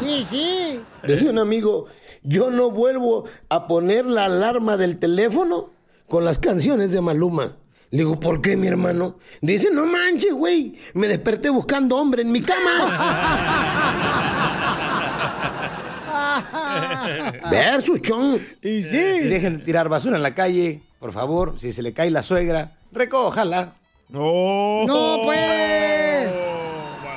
Sí, sí.
Decía un amigo, yo no vuelvo a poner la alarma del teléfono con las canciones de Maluma. Le digo, ¿por qué, mi hermano? Dice, no manches, güey, me desperté buscando hombre en mi cama. Versus, chon.
Y sí.
dejen de tirar basura en la calle, por favor. Si se le cae la suegra, recójala.
No.
No, pues.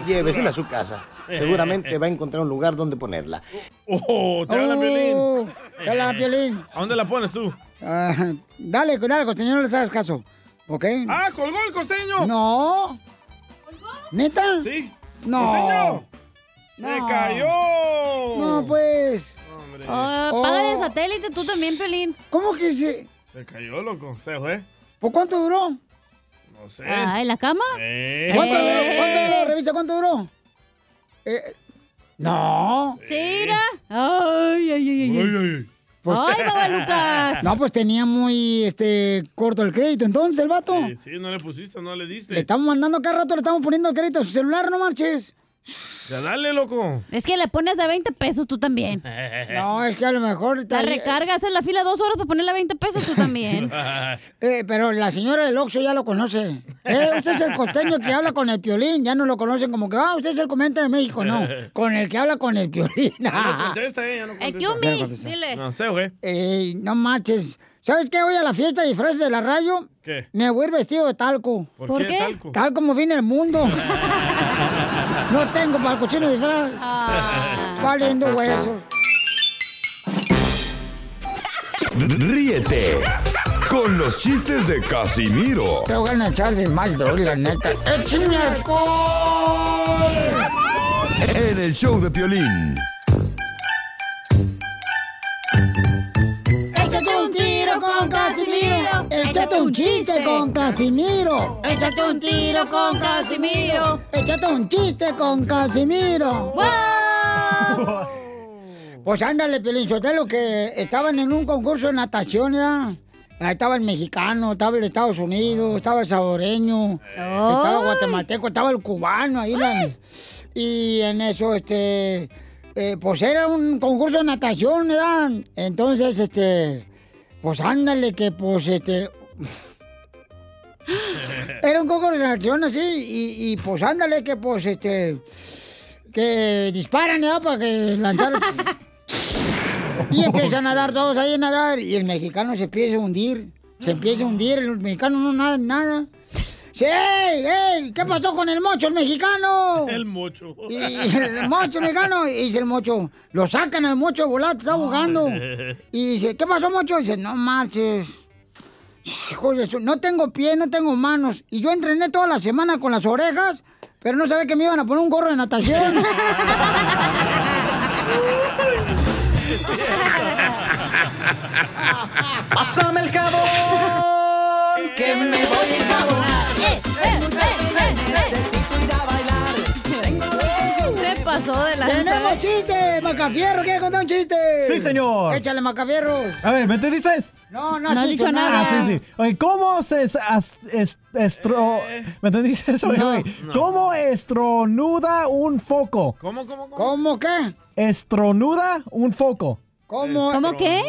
Llévesela a su casa. Seguramente va a encontrar un lugar donde ponerla.
Oh, te habla, Pelín.
te habla Piolín.
¿A dónde la pones tú?
Ah, dale, dale, costeño, no les hagas caso. ¿Ok?
¡Ah, colgó el costeño!
No. ¿Neta?
Sí.
No.
Costeño.
No.
¡Se cayó!
No, pues.
Ah,
Oh.
Págale el satélite tú también, Pelín.
¿Cómo que se...?
Se cayó, loco. Se fue.
¿Por cuánto duró?
No sé.
Ah, ¿en la cama?
Eh.
¿Cuánto
Ándale.
duró? ¿Cuánto duró? Revisa, ¿cuánto duró? Eh, ¿ah? no.
Sí, mira. Ay, ay, ay, ay.
Ay,
Ay, Babalucas.
No, pues tenía muy este corto el crédito. Entonces, el vato.
Sí, sí, no le pusiste, no le diste.
Le estamos mandando cada rato, le estamos poniendo el crédito a su celular, no marches.
Ya dale, loco.
Es que le pones a 20 pesos tú también.
No, es que a lo mejor...
La recargas en la fila dos horas para ponerle a 20 pesos tú también.
Eh, pero la señora del Oxxo ya lo conoce. Eh, usted es el costeño que habla con el piolín. Ya no lo conocen como que, ah, usted es el comediante de México. No, con el que habla con el piolín.
Ya no contesta, eh, ya no contesta.
Xiaomi, Ya no contesta. dile.
No, se fue.
Eh, no marches. ¿Sabes qué? Voy a la fiesta de disfraces de la radio.
¿Qué?
Me voy a ir vestido de talco.
¿Por ¿Por qué qué? talco?
Tal como viene el mundo. no tengo para el cochino disfraz. Valiendo huesos.
Ríete con los chistes de Casimiro.
Te voy a echar de mal, doy, la neta. ¡Eh, ¡Échame alcohol!
En el show de Piolín.
Échate un tiro con Casimiro. Échate un chiste con Casimiro. Échate un tiro con Casimiro. Échate un chiste con Casimiro. ¡Wow! Pues ándale, Pilinchotelo, que estaban en un concurso de natación, ¿ya? Ahí estaba el mexicano, estaba el de Estados Unidos, estaba el saboreño, estaba el guatemalteco, estaba el cubano ahí. la- Y en eso, este, eh, pues era un concurso de natación, ¿verdad? Entonces, este, pues ándale que, pues, este, era un concurso de natación así y, y, pues ándale que, pues, este, que disparan, ¿verdad? Para que lanzaron... Y empiezan a nadar todos ahí a nadar. Y el mexicano se empieza a hundir. Se empieza a hundir. El mexicano no nada, nada. ¡Sí! ¡Ey! ¿Qué pasó con el mocho, el mexicano?
El mocho.
Y- eh, y el mocho mexicano, y dice el mocho, lo sacan al mocho volado, está jugando. Y dice, ¿qué pasó, mocho? dice, no marches. Hijo de su- no tengo pie, no tengo manos. Y yo entrené toda la semana con las orejas, pero no sabía que me iban a poner un gorro de natación.
Pásame el jabón, que me voy a enjabonar.
Eh,
Es muy tarde, necesito ir a bailar. Tengo
Se pasó de lanza.
¡Tenemos
¿eh?
chiste! ¡Macafierro! ¿Quieres contar un chiste?
Sí, señor.
Échale, Macafierro.
A ver, ¿me entendiste?
No, no has dicho nada.
Ah, sí, sí. Oye, ¿cómo se es- as- es- estro... ¿Me entendiste eso?
No.
Oye, ¿Cómo estronuda un foco?
¿Cómo, cómo,
cómo? ¿Cómo qué?
Estronuda un foco.
¿Cómo?
¿Cómo qué?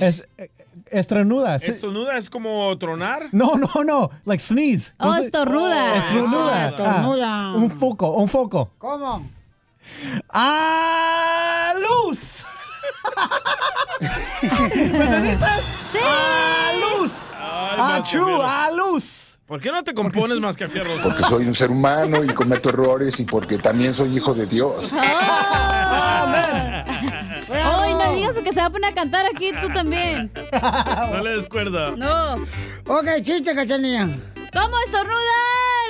Es-
Es, eh, estronuda. sí.
¿Estornuda es como tronar?
No, no, no. Like sneeze.
Oh,
No sé-
estornuda.
Estornuda.
Ah, estornuda.
Ah, un foco, un foco.
¿Cómo? Ah,
¡A luz! ¿Me entendiste?
¡Sí!
¡A luz! ¡Achú! ¡A luz!
¿Por qué no te compones más que a fierros?
Porque soy un ser humano y cometo errores y porque también soy hijo de Dios.
Oh, Ay, no digas porque se va a poner a cantar aquí tú también.
No le descuerda.
No.
Ok, chiste, cachanilla.
¿Cómo estornuda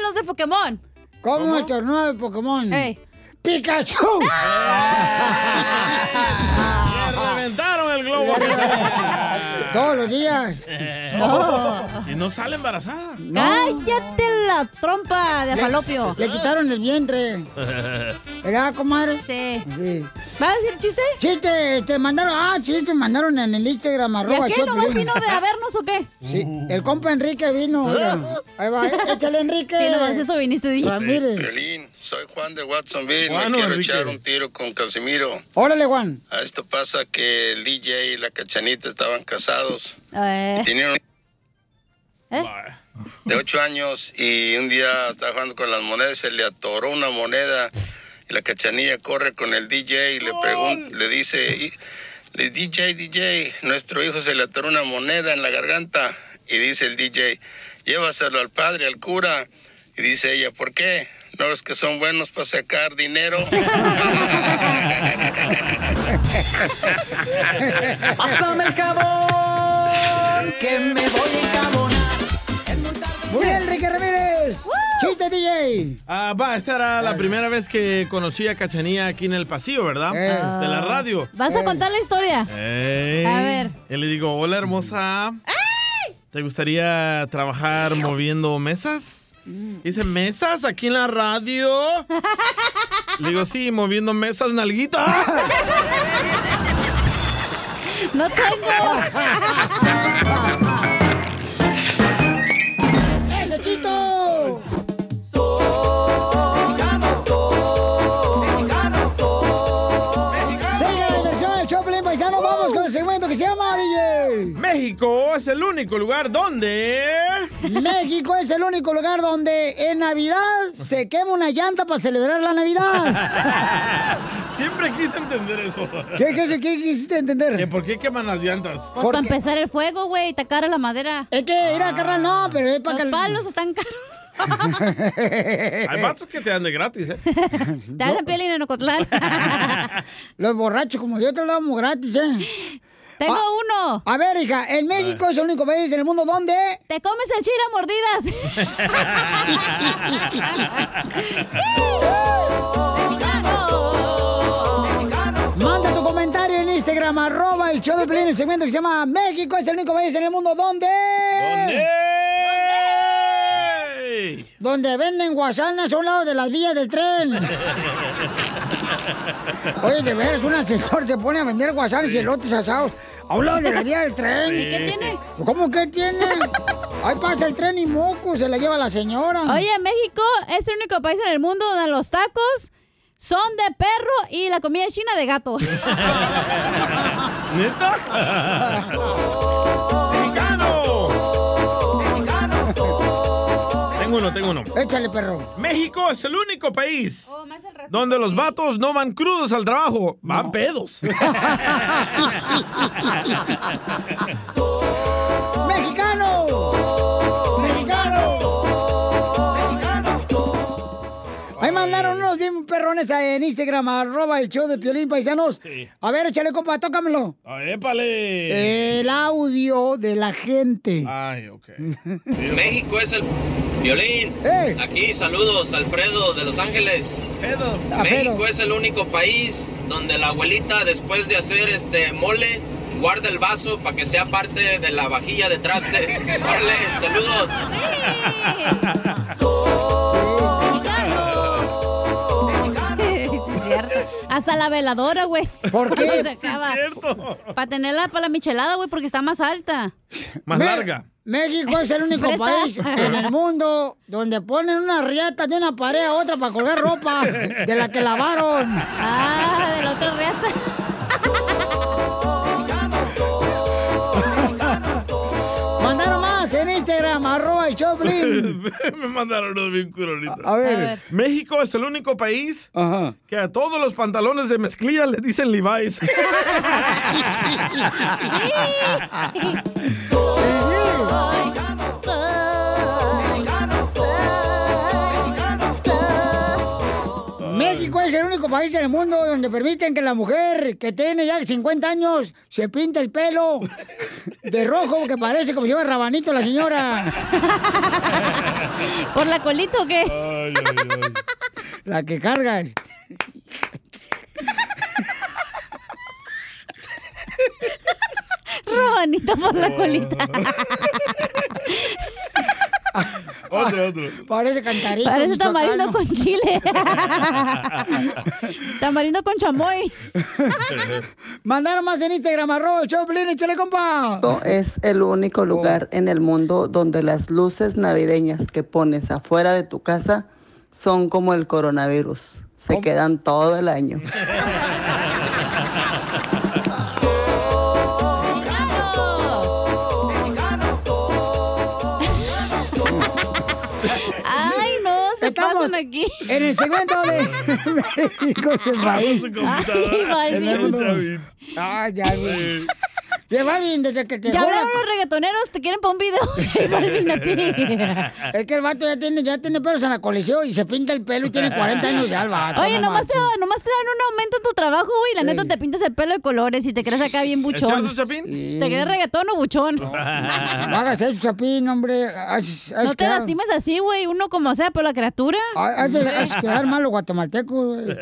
los de Pokémon?
¿Cómo, estornuda de Pokémon? ¡Pikachu!
Reventaron el globo.
Todos los días.
Y no sale embarazada.
¡Cállate la trompa
de falopio.
Le quitaron el vientre. ¿Verdad, comadre?
Sí.
¿Vas a decir chiste? Chiste, te mandaron, ah, chiste, mandaron en el Instagram, arroba
¿Y a qué? ¿Nomás
Choplin.
vino de a vernos o qué?
Sí, el compa Enrique vino. mira. Ahí va, eh, échale Enrique. Ah,
Sí, nomás eso viniste, dije.
Piolín, soy Juan de Watsonville.
Juan o
Me quiero
Enrique.
echar un tiro con Casimiro.
Órale, Juan.
A esto pasa que el DJ y la cachanita estaban casados.
Eh.
Tenían un- de ocho años y un día estaba jugando con las monedas, se le atoró una moneda y la cachanilla corre con el DJ y le pregunta, le dice, "Y- le- DJ, DJ, nuestro hijo se le atoró una moneda en la garganta y dice el DJ, llévaselo al padre, al cura y dice ella, ¿por qué? ¿No es que son buenos para sacar dinero?
Pásame el jabón, que me voy a enjabonar.
Muy bien, Enrique Ramírez. Chiste, DJ.
Ah, va, esta era la primera vez que conocí a Cachanía aquí en el pasillo, ¿verdad?
Eh.
De la radio.
¿Vas a contar la historia?
Ey.
A ver.
Y le digo, hola hermosa. ¿Te gustaría trabajar moviendo mesas?
Mm.
Dice, ¿mesas aquí en la radio? Le digo, sí, moviendo mesas, nalguita.
¡No tengo!
¡Eso, chito! Sigue la diversión del Choplin, paisano. Vamos con el segmento que se llama DJ.
México es el único lugar donde...
México es el único lugar donde en Navidad se quema una llanta para celebrar la Navidad.
Siempre quise entender eso.
¿Qué, qué, qué quisiste entender?
¿Que ¿Por qué queman las llantas?
Pues para empezar el fuego, güey, y tacar a la madera.
Es que, mira, carnal, no, pero es para
Los palos están caros.
Hay vatos que te dan de gratis, ¿eh?
Te dan la piel en Ocotlán.
Los borrachos como yo te lo damos gratis, ¿eh?
Tengo uno.
A ver, hija, en México es el único país en el mundo donde...
Te comes el chile a mordidas.
Manda tu comentario en Instagram, arroba el show de Pelín, el segmento que se llama México es el único país en el mundo donde...
¡Ey!
Donde venden guasanas a un lado de las vías del tren. Oye, de veras, un asesor se pone a vender guasanes y elotes asados a un lado de la vía del tren.
¿Y qué tiene?
¿Cómo que tiene? Ahí pasa el tren y moco, se la lleva la señora.
Oye, México es el único país en el mundo donde los tacos son de perro y la comida china de gato.
¿Neta? Tengo uno, tengo uno.
Échale, perro.
México es el único país
Oh,
donde los vatos no van crudos al trabajo, van pedos.
¡Mexicano! ¡Mexicano! Ahí mandaron unos bien perrones en Instagram, arroba el show de Piolín Paisanos.
Sí.
A ver, échale, compa, tócamelo.
Ah,
Eh.
¡Épale!
El audio de la gente.
Ay, ok.
México es el violín. Aquí saludos, Alfredo de Los Ángeles. México es el único país donde la abuelita después de hacer este mole guarda el vaso para que sea parte de la vajilla de trastes. Órale, saludos.
Sí, es cierto. Hasta la veladora, güey.
¿Por qué?
Se acaba. Para tenerla para la michelada, güey, porque está más alta.
Más
Me-
larga.
México es el único
Presta.
país en el mundo donde ponen una riata de una pared a otra para colgar ropa de la que lavaron.
Ah, de la otra riata.
Mandaron más en Instagram, arroba el Choplin.
Me mandaron unos bien curolitos.
A- a ver. A ver.
México es el único país que a todos los pantalones de mezclilla les dicen Levi's.
México es el único país en el mundo donde permiten que la mujer que tiene ya 50 años se pinte el pelo de rojo que parece como si fuera rabanito la señora.
¿Por la colita o qué?
La que cargas.
Rabanito por
Oh.
la colita.
otro, otro.
Parece cantarito.
Parece tamarindo
michoacano.
con chile. tamarindo con chamoy.
Mandaron más en Instagram, arroba el Choplin, échale compa.
Es el único lugar en el mundo donde las luces navideñas que pones afuera de tu casa son como el coronavirus. Se quedan todo el año.
Ay, no, se
Estamos
pasan aquí.
en el segmento de México es el país.
Ay, Balvin.
En el mundo. Ay, ya, güey. Ya, Balvin, desde que te
Ya
dejó la-
hablaron los reggaetoneros, te quieren para un video. Balvin, a ti.
Es que el vato ya tiene, ya tiene pelos en la colección y se pinta el pelo y tiene 40 años ya el vato.
Oye,
no
nomás te,
marches.
nomás te dan un aumento en tu trabajo, güey. La neta, te pintas el pelo de colores y te crees acá bien buchón.
cierto, Chapín?
¿Te crees reggaetón o buchón?
No hagas eso, Chapín, hombre. Haz- haz
No te
quedar-
lastimes así, güey. Uno como sea, pero la criatura.
ha- Haz haz quedar mal los guatemaltecos, güey.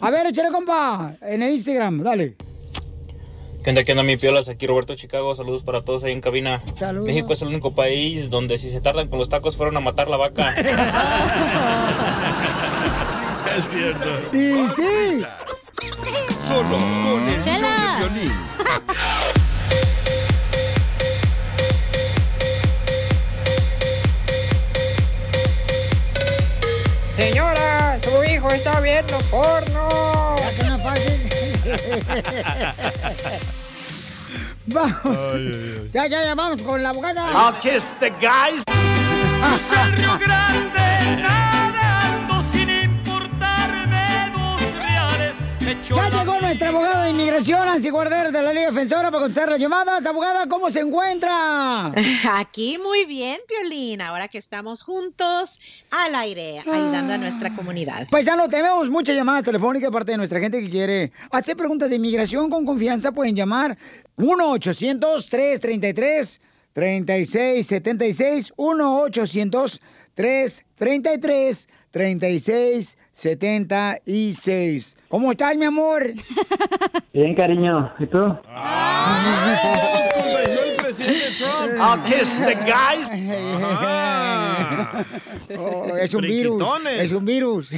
A ver, échale, compa, en el Instagram, dale.
¿Qué onda, qué onda, mi piolas? Aquí Roberto Chicago. Saludos para todos ahí en cabina.
Saludos.
México es el único país donde si se tardan con los tacos fueron a matar la vaca.
Es cierto.
Sí, sí.
Solo con el show de violín.
Señora, su hijo está viendo porno.
Ya que no es fácil. Vamos. Ya, ya, ya, vamos con la abogada. Ah,
I'll kiss the guys.
Río Grande, nadando sin importarme dos reales.
Ya llegó nuestra abogada de inmigración, Nancy Guarder, de la Liga Defensora, para contestar las llamadas. Abogada, ¿cómo se encuentra?
Aquí muy bien, Piolín, ahora que estamos juntos al aire, ayudando a nuestra comunidad.
Paisano, tenemos muchas llamadas telefónicas de parte de nuestra gente que quiere hacer preguntas de inmigración con confianza. Pueden llamar 1-800-333-3676, 1-800-333-3676. 36 76. ¿Cómo estás, mi amor?
Bien, cariño. ¿Y tú?
Ah. I'll kiss the guys. es un virus.
Friquitones.
Es un virus.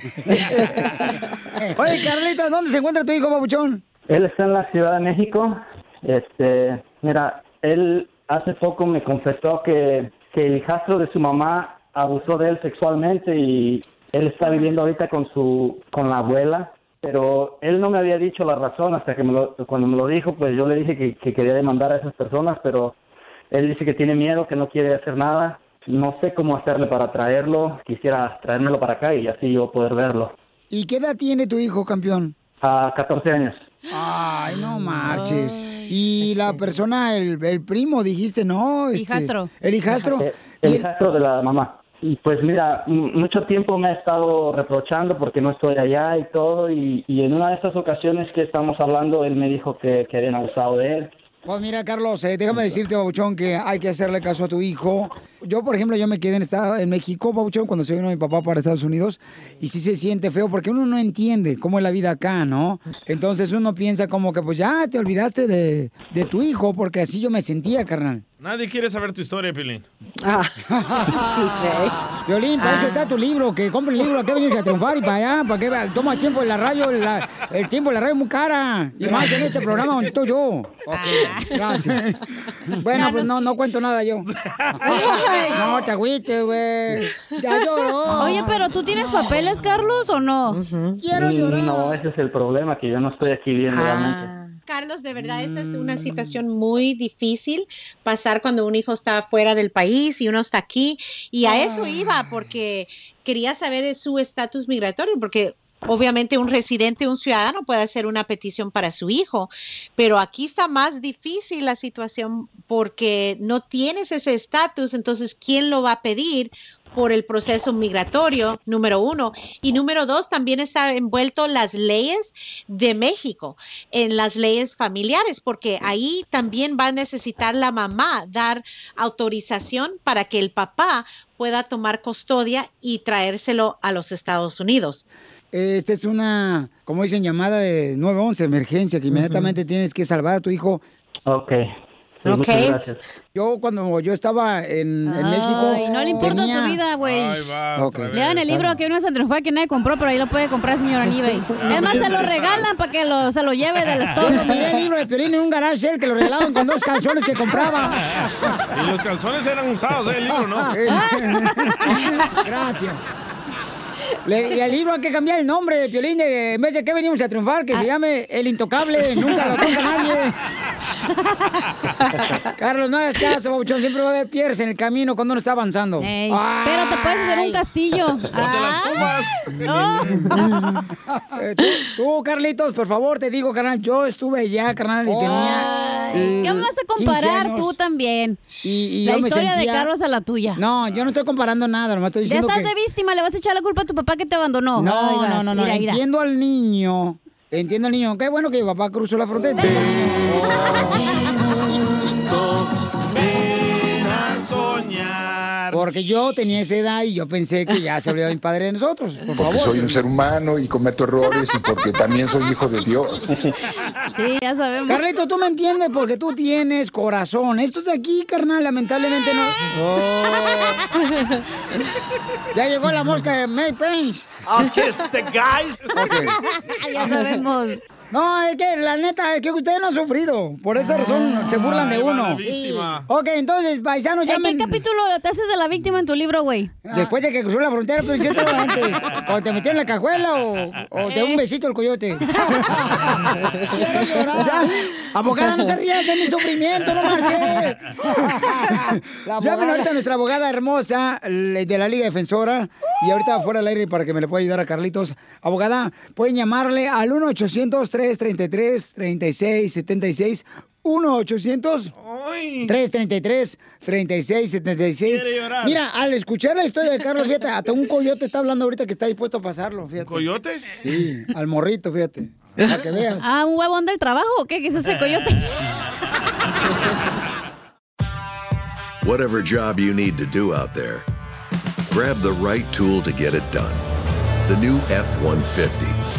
Oye, Carlita, ¿dónde se encuentra tu hijo, babuchón?
Él está en la Ciudad de México. Este, mira, él hace poco me confesó que, que el hijastro de su mamá abusó de él sexualmente y él está viviendo ahorita con su con la abuela, pero él no me había dicho la razón hasta que me lo- cuando me lo dijo, pues yo le dije que, que quería demandar a esas personas, pero él dice que tiene miedo, que no quiere hacer nada. No sé cómo hacerle para traerlo. Quisiera traérmelo para acá y así yo poder verlo.
¿Y qué edad tiene tu hijo, campeón?
A 14 años.
Ay, no marches. Y la persona, el, el primo, dijiste, ¿no? este,
Hijastro.
El hijastro.
Eh, El hijastro de la mamá. Y pues mira, m- mucho tiempo me ha estado reprochando porque no estoy allá y todo. Y, y en una de esas ocasiones que estamos hablando, él me dijo que, que habían abusado de él.
Pues mira, Carlos, eh, déjame decirte, Babuchón, que hay que hacerle caso a tu hijo. Yo, por ejemplo, yo me quedé en, esta- en México, Babuchón, cuando se vino mi papá para Estados Unidos, y sí se siente feo, porque uno no entiende cómo es la vida acá, ¿no? Entonces uno piensa como que, pues ya te olvidaste de, de tu hijo, porque así yo me sentía, carnal.
Nadie quiere saber tu historia, Pilín.
Violín, para eso
Ah.
está tu libro, que compre el libro, que venimos a triunfar y para allá, para que vea- toma tiempo en la radio, la- el tiempo en la radio es muy cara. Y más en este programa donde estoy yo. Ok, gracias. Bueno, pues no, no cuento nada yo. No, te agüites, güey. Ya lloró.
Oye, pero ¿tú tienes papeles, Carlos, o no?
Mm, No, ese es el problema, que yo no estoy aquí
Ah.
bien realmente.
Carlos, de verdad, esta es una situación muy difícil pasar cuando un hijo está fuera del país y uno está aquí. Y a eso iba, porque quería saber de su estatus migratorio, porque obviamente un residente, un ciudadano puede hacer una petición para su hijo, pero aquí está más difícil la situación porque no tienes ese estatus, entonces, ¿quién lo va a pedir? por el proceso migratorio, número uno. Y número dos, también está envuelto las leyes de México, en las leyes familiares, porque ahí también va a necesitar la mamá dar autorización para que el papá pueda tomar custodia y traérselo a los Estados Unidos.
Esta es una, como dicen, llamada de 911, emergencia, que inmediatamente tienes que salvar a tu hijo.
Ok. Sí,
Ok. Ah.
Muchas gracias.
Yo cuando yo estaba en, en México...
Ay, no le importa
tenía-
tu vida, güey.
Ok.
Le dan el libro que uno se triunfó que nadie compró, pero ahí lo puede comprar, señor en eBay. Es más, se lo regalan para que lo, se lo lleve del
Yo lo miré el
estómago.
libro de Piolín en un garage él que lo regalaban con dos calzones que compraba.
Y los calzones eran usados, ¿eh? El libro, ¿no?
Gracias. Le- y al libro hay que cambiar el nombre de Piolín de en vez de que venimos a triunfar, que se llame El Intocable, nunca lo toca nadie. Carlos, no hagas caso, babuchón, siempre va a haber piedras en el camino cuando uno está avanzando. Pero te puedes hacer un castillo.
Ah.
Eh, tú, tú, Carlitos, por favor, te digo, carnal, yo estuve allá, carnal, y tenía... eh,
¿Qué vas a
15
comparar
años.
tú también?
Y
la
yo me
historia
sentía-
de Carlos a la tuya.
No, yo no estoy comparando nada, nomás estoy
Ya
diciendo
estás
que...
de víctima, le vas a echar la culpa a tu papá que te abandonó. Ahí
No,
vas,
no, no, no.
mira, mira.
Entiendo al niño. Entiendo al niño. Qué bueno que mi papá cruzó la frontera.
Oh.
Porque yo tenía esa edad y yo pensé que ya se olvidó mi padre de nosotros. Por
Porque
favor.
soy un ser humano y cometo errores y porque también soy hijo de Dios.
Sí, ya sabemos.
Carlito, tú me entiendes porque tú tienes corazón. Estos de aquí, carnal, lamentablemente no. Oh. Ya llegó la mosca de May Pence.
I'll kiss the guys.
Ah,
ya sabemos. No, es que la neta, es que ustedes no han sufrido. Por
Ah.
esa razón se burlan de
Ahí va la
uno.
víctima.
Ok, entonces, paisano,
¿En
llamen.
qué capítulo te haces de la víctima en tu libro, güey?
Después de que cruzó la frontera, pero yo estaba antes. Cuando te metieron en la cajuela o, o te dio un besito el coyote. Eh. Quiero llorar. Ya, abogada, no se rías de mi sufrimiento, no marches. Llamen ahorita a nuestra abogada hermosa le- de la Liga Defensora. Y ahorita fuera del aire para que me le pueda ayudar a Carlitos. Abogada, pueden llamarle al 1 800 1-800-333-3676. 1-800. 333 3676
Quiere llorar.
Mira, al escuchar la historia de Carlos, fíjate, hasta un coyote está hablando ahorita que está dispuesto a pasarlo, fíjate.
¿Coyote?
Sí, al morrito, fíjate. Para que veas.
Ah, un huevón del trabajo, ¿o qué? ¿Qué es ese coyote?
Whatever job you need to do out there, grab the right tool to get it done. The new F 150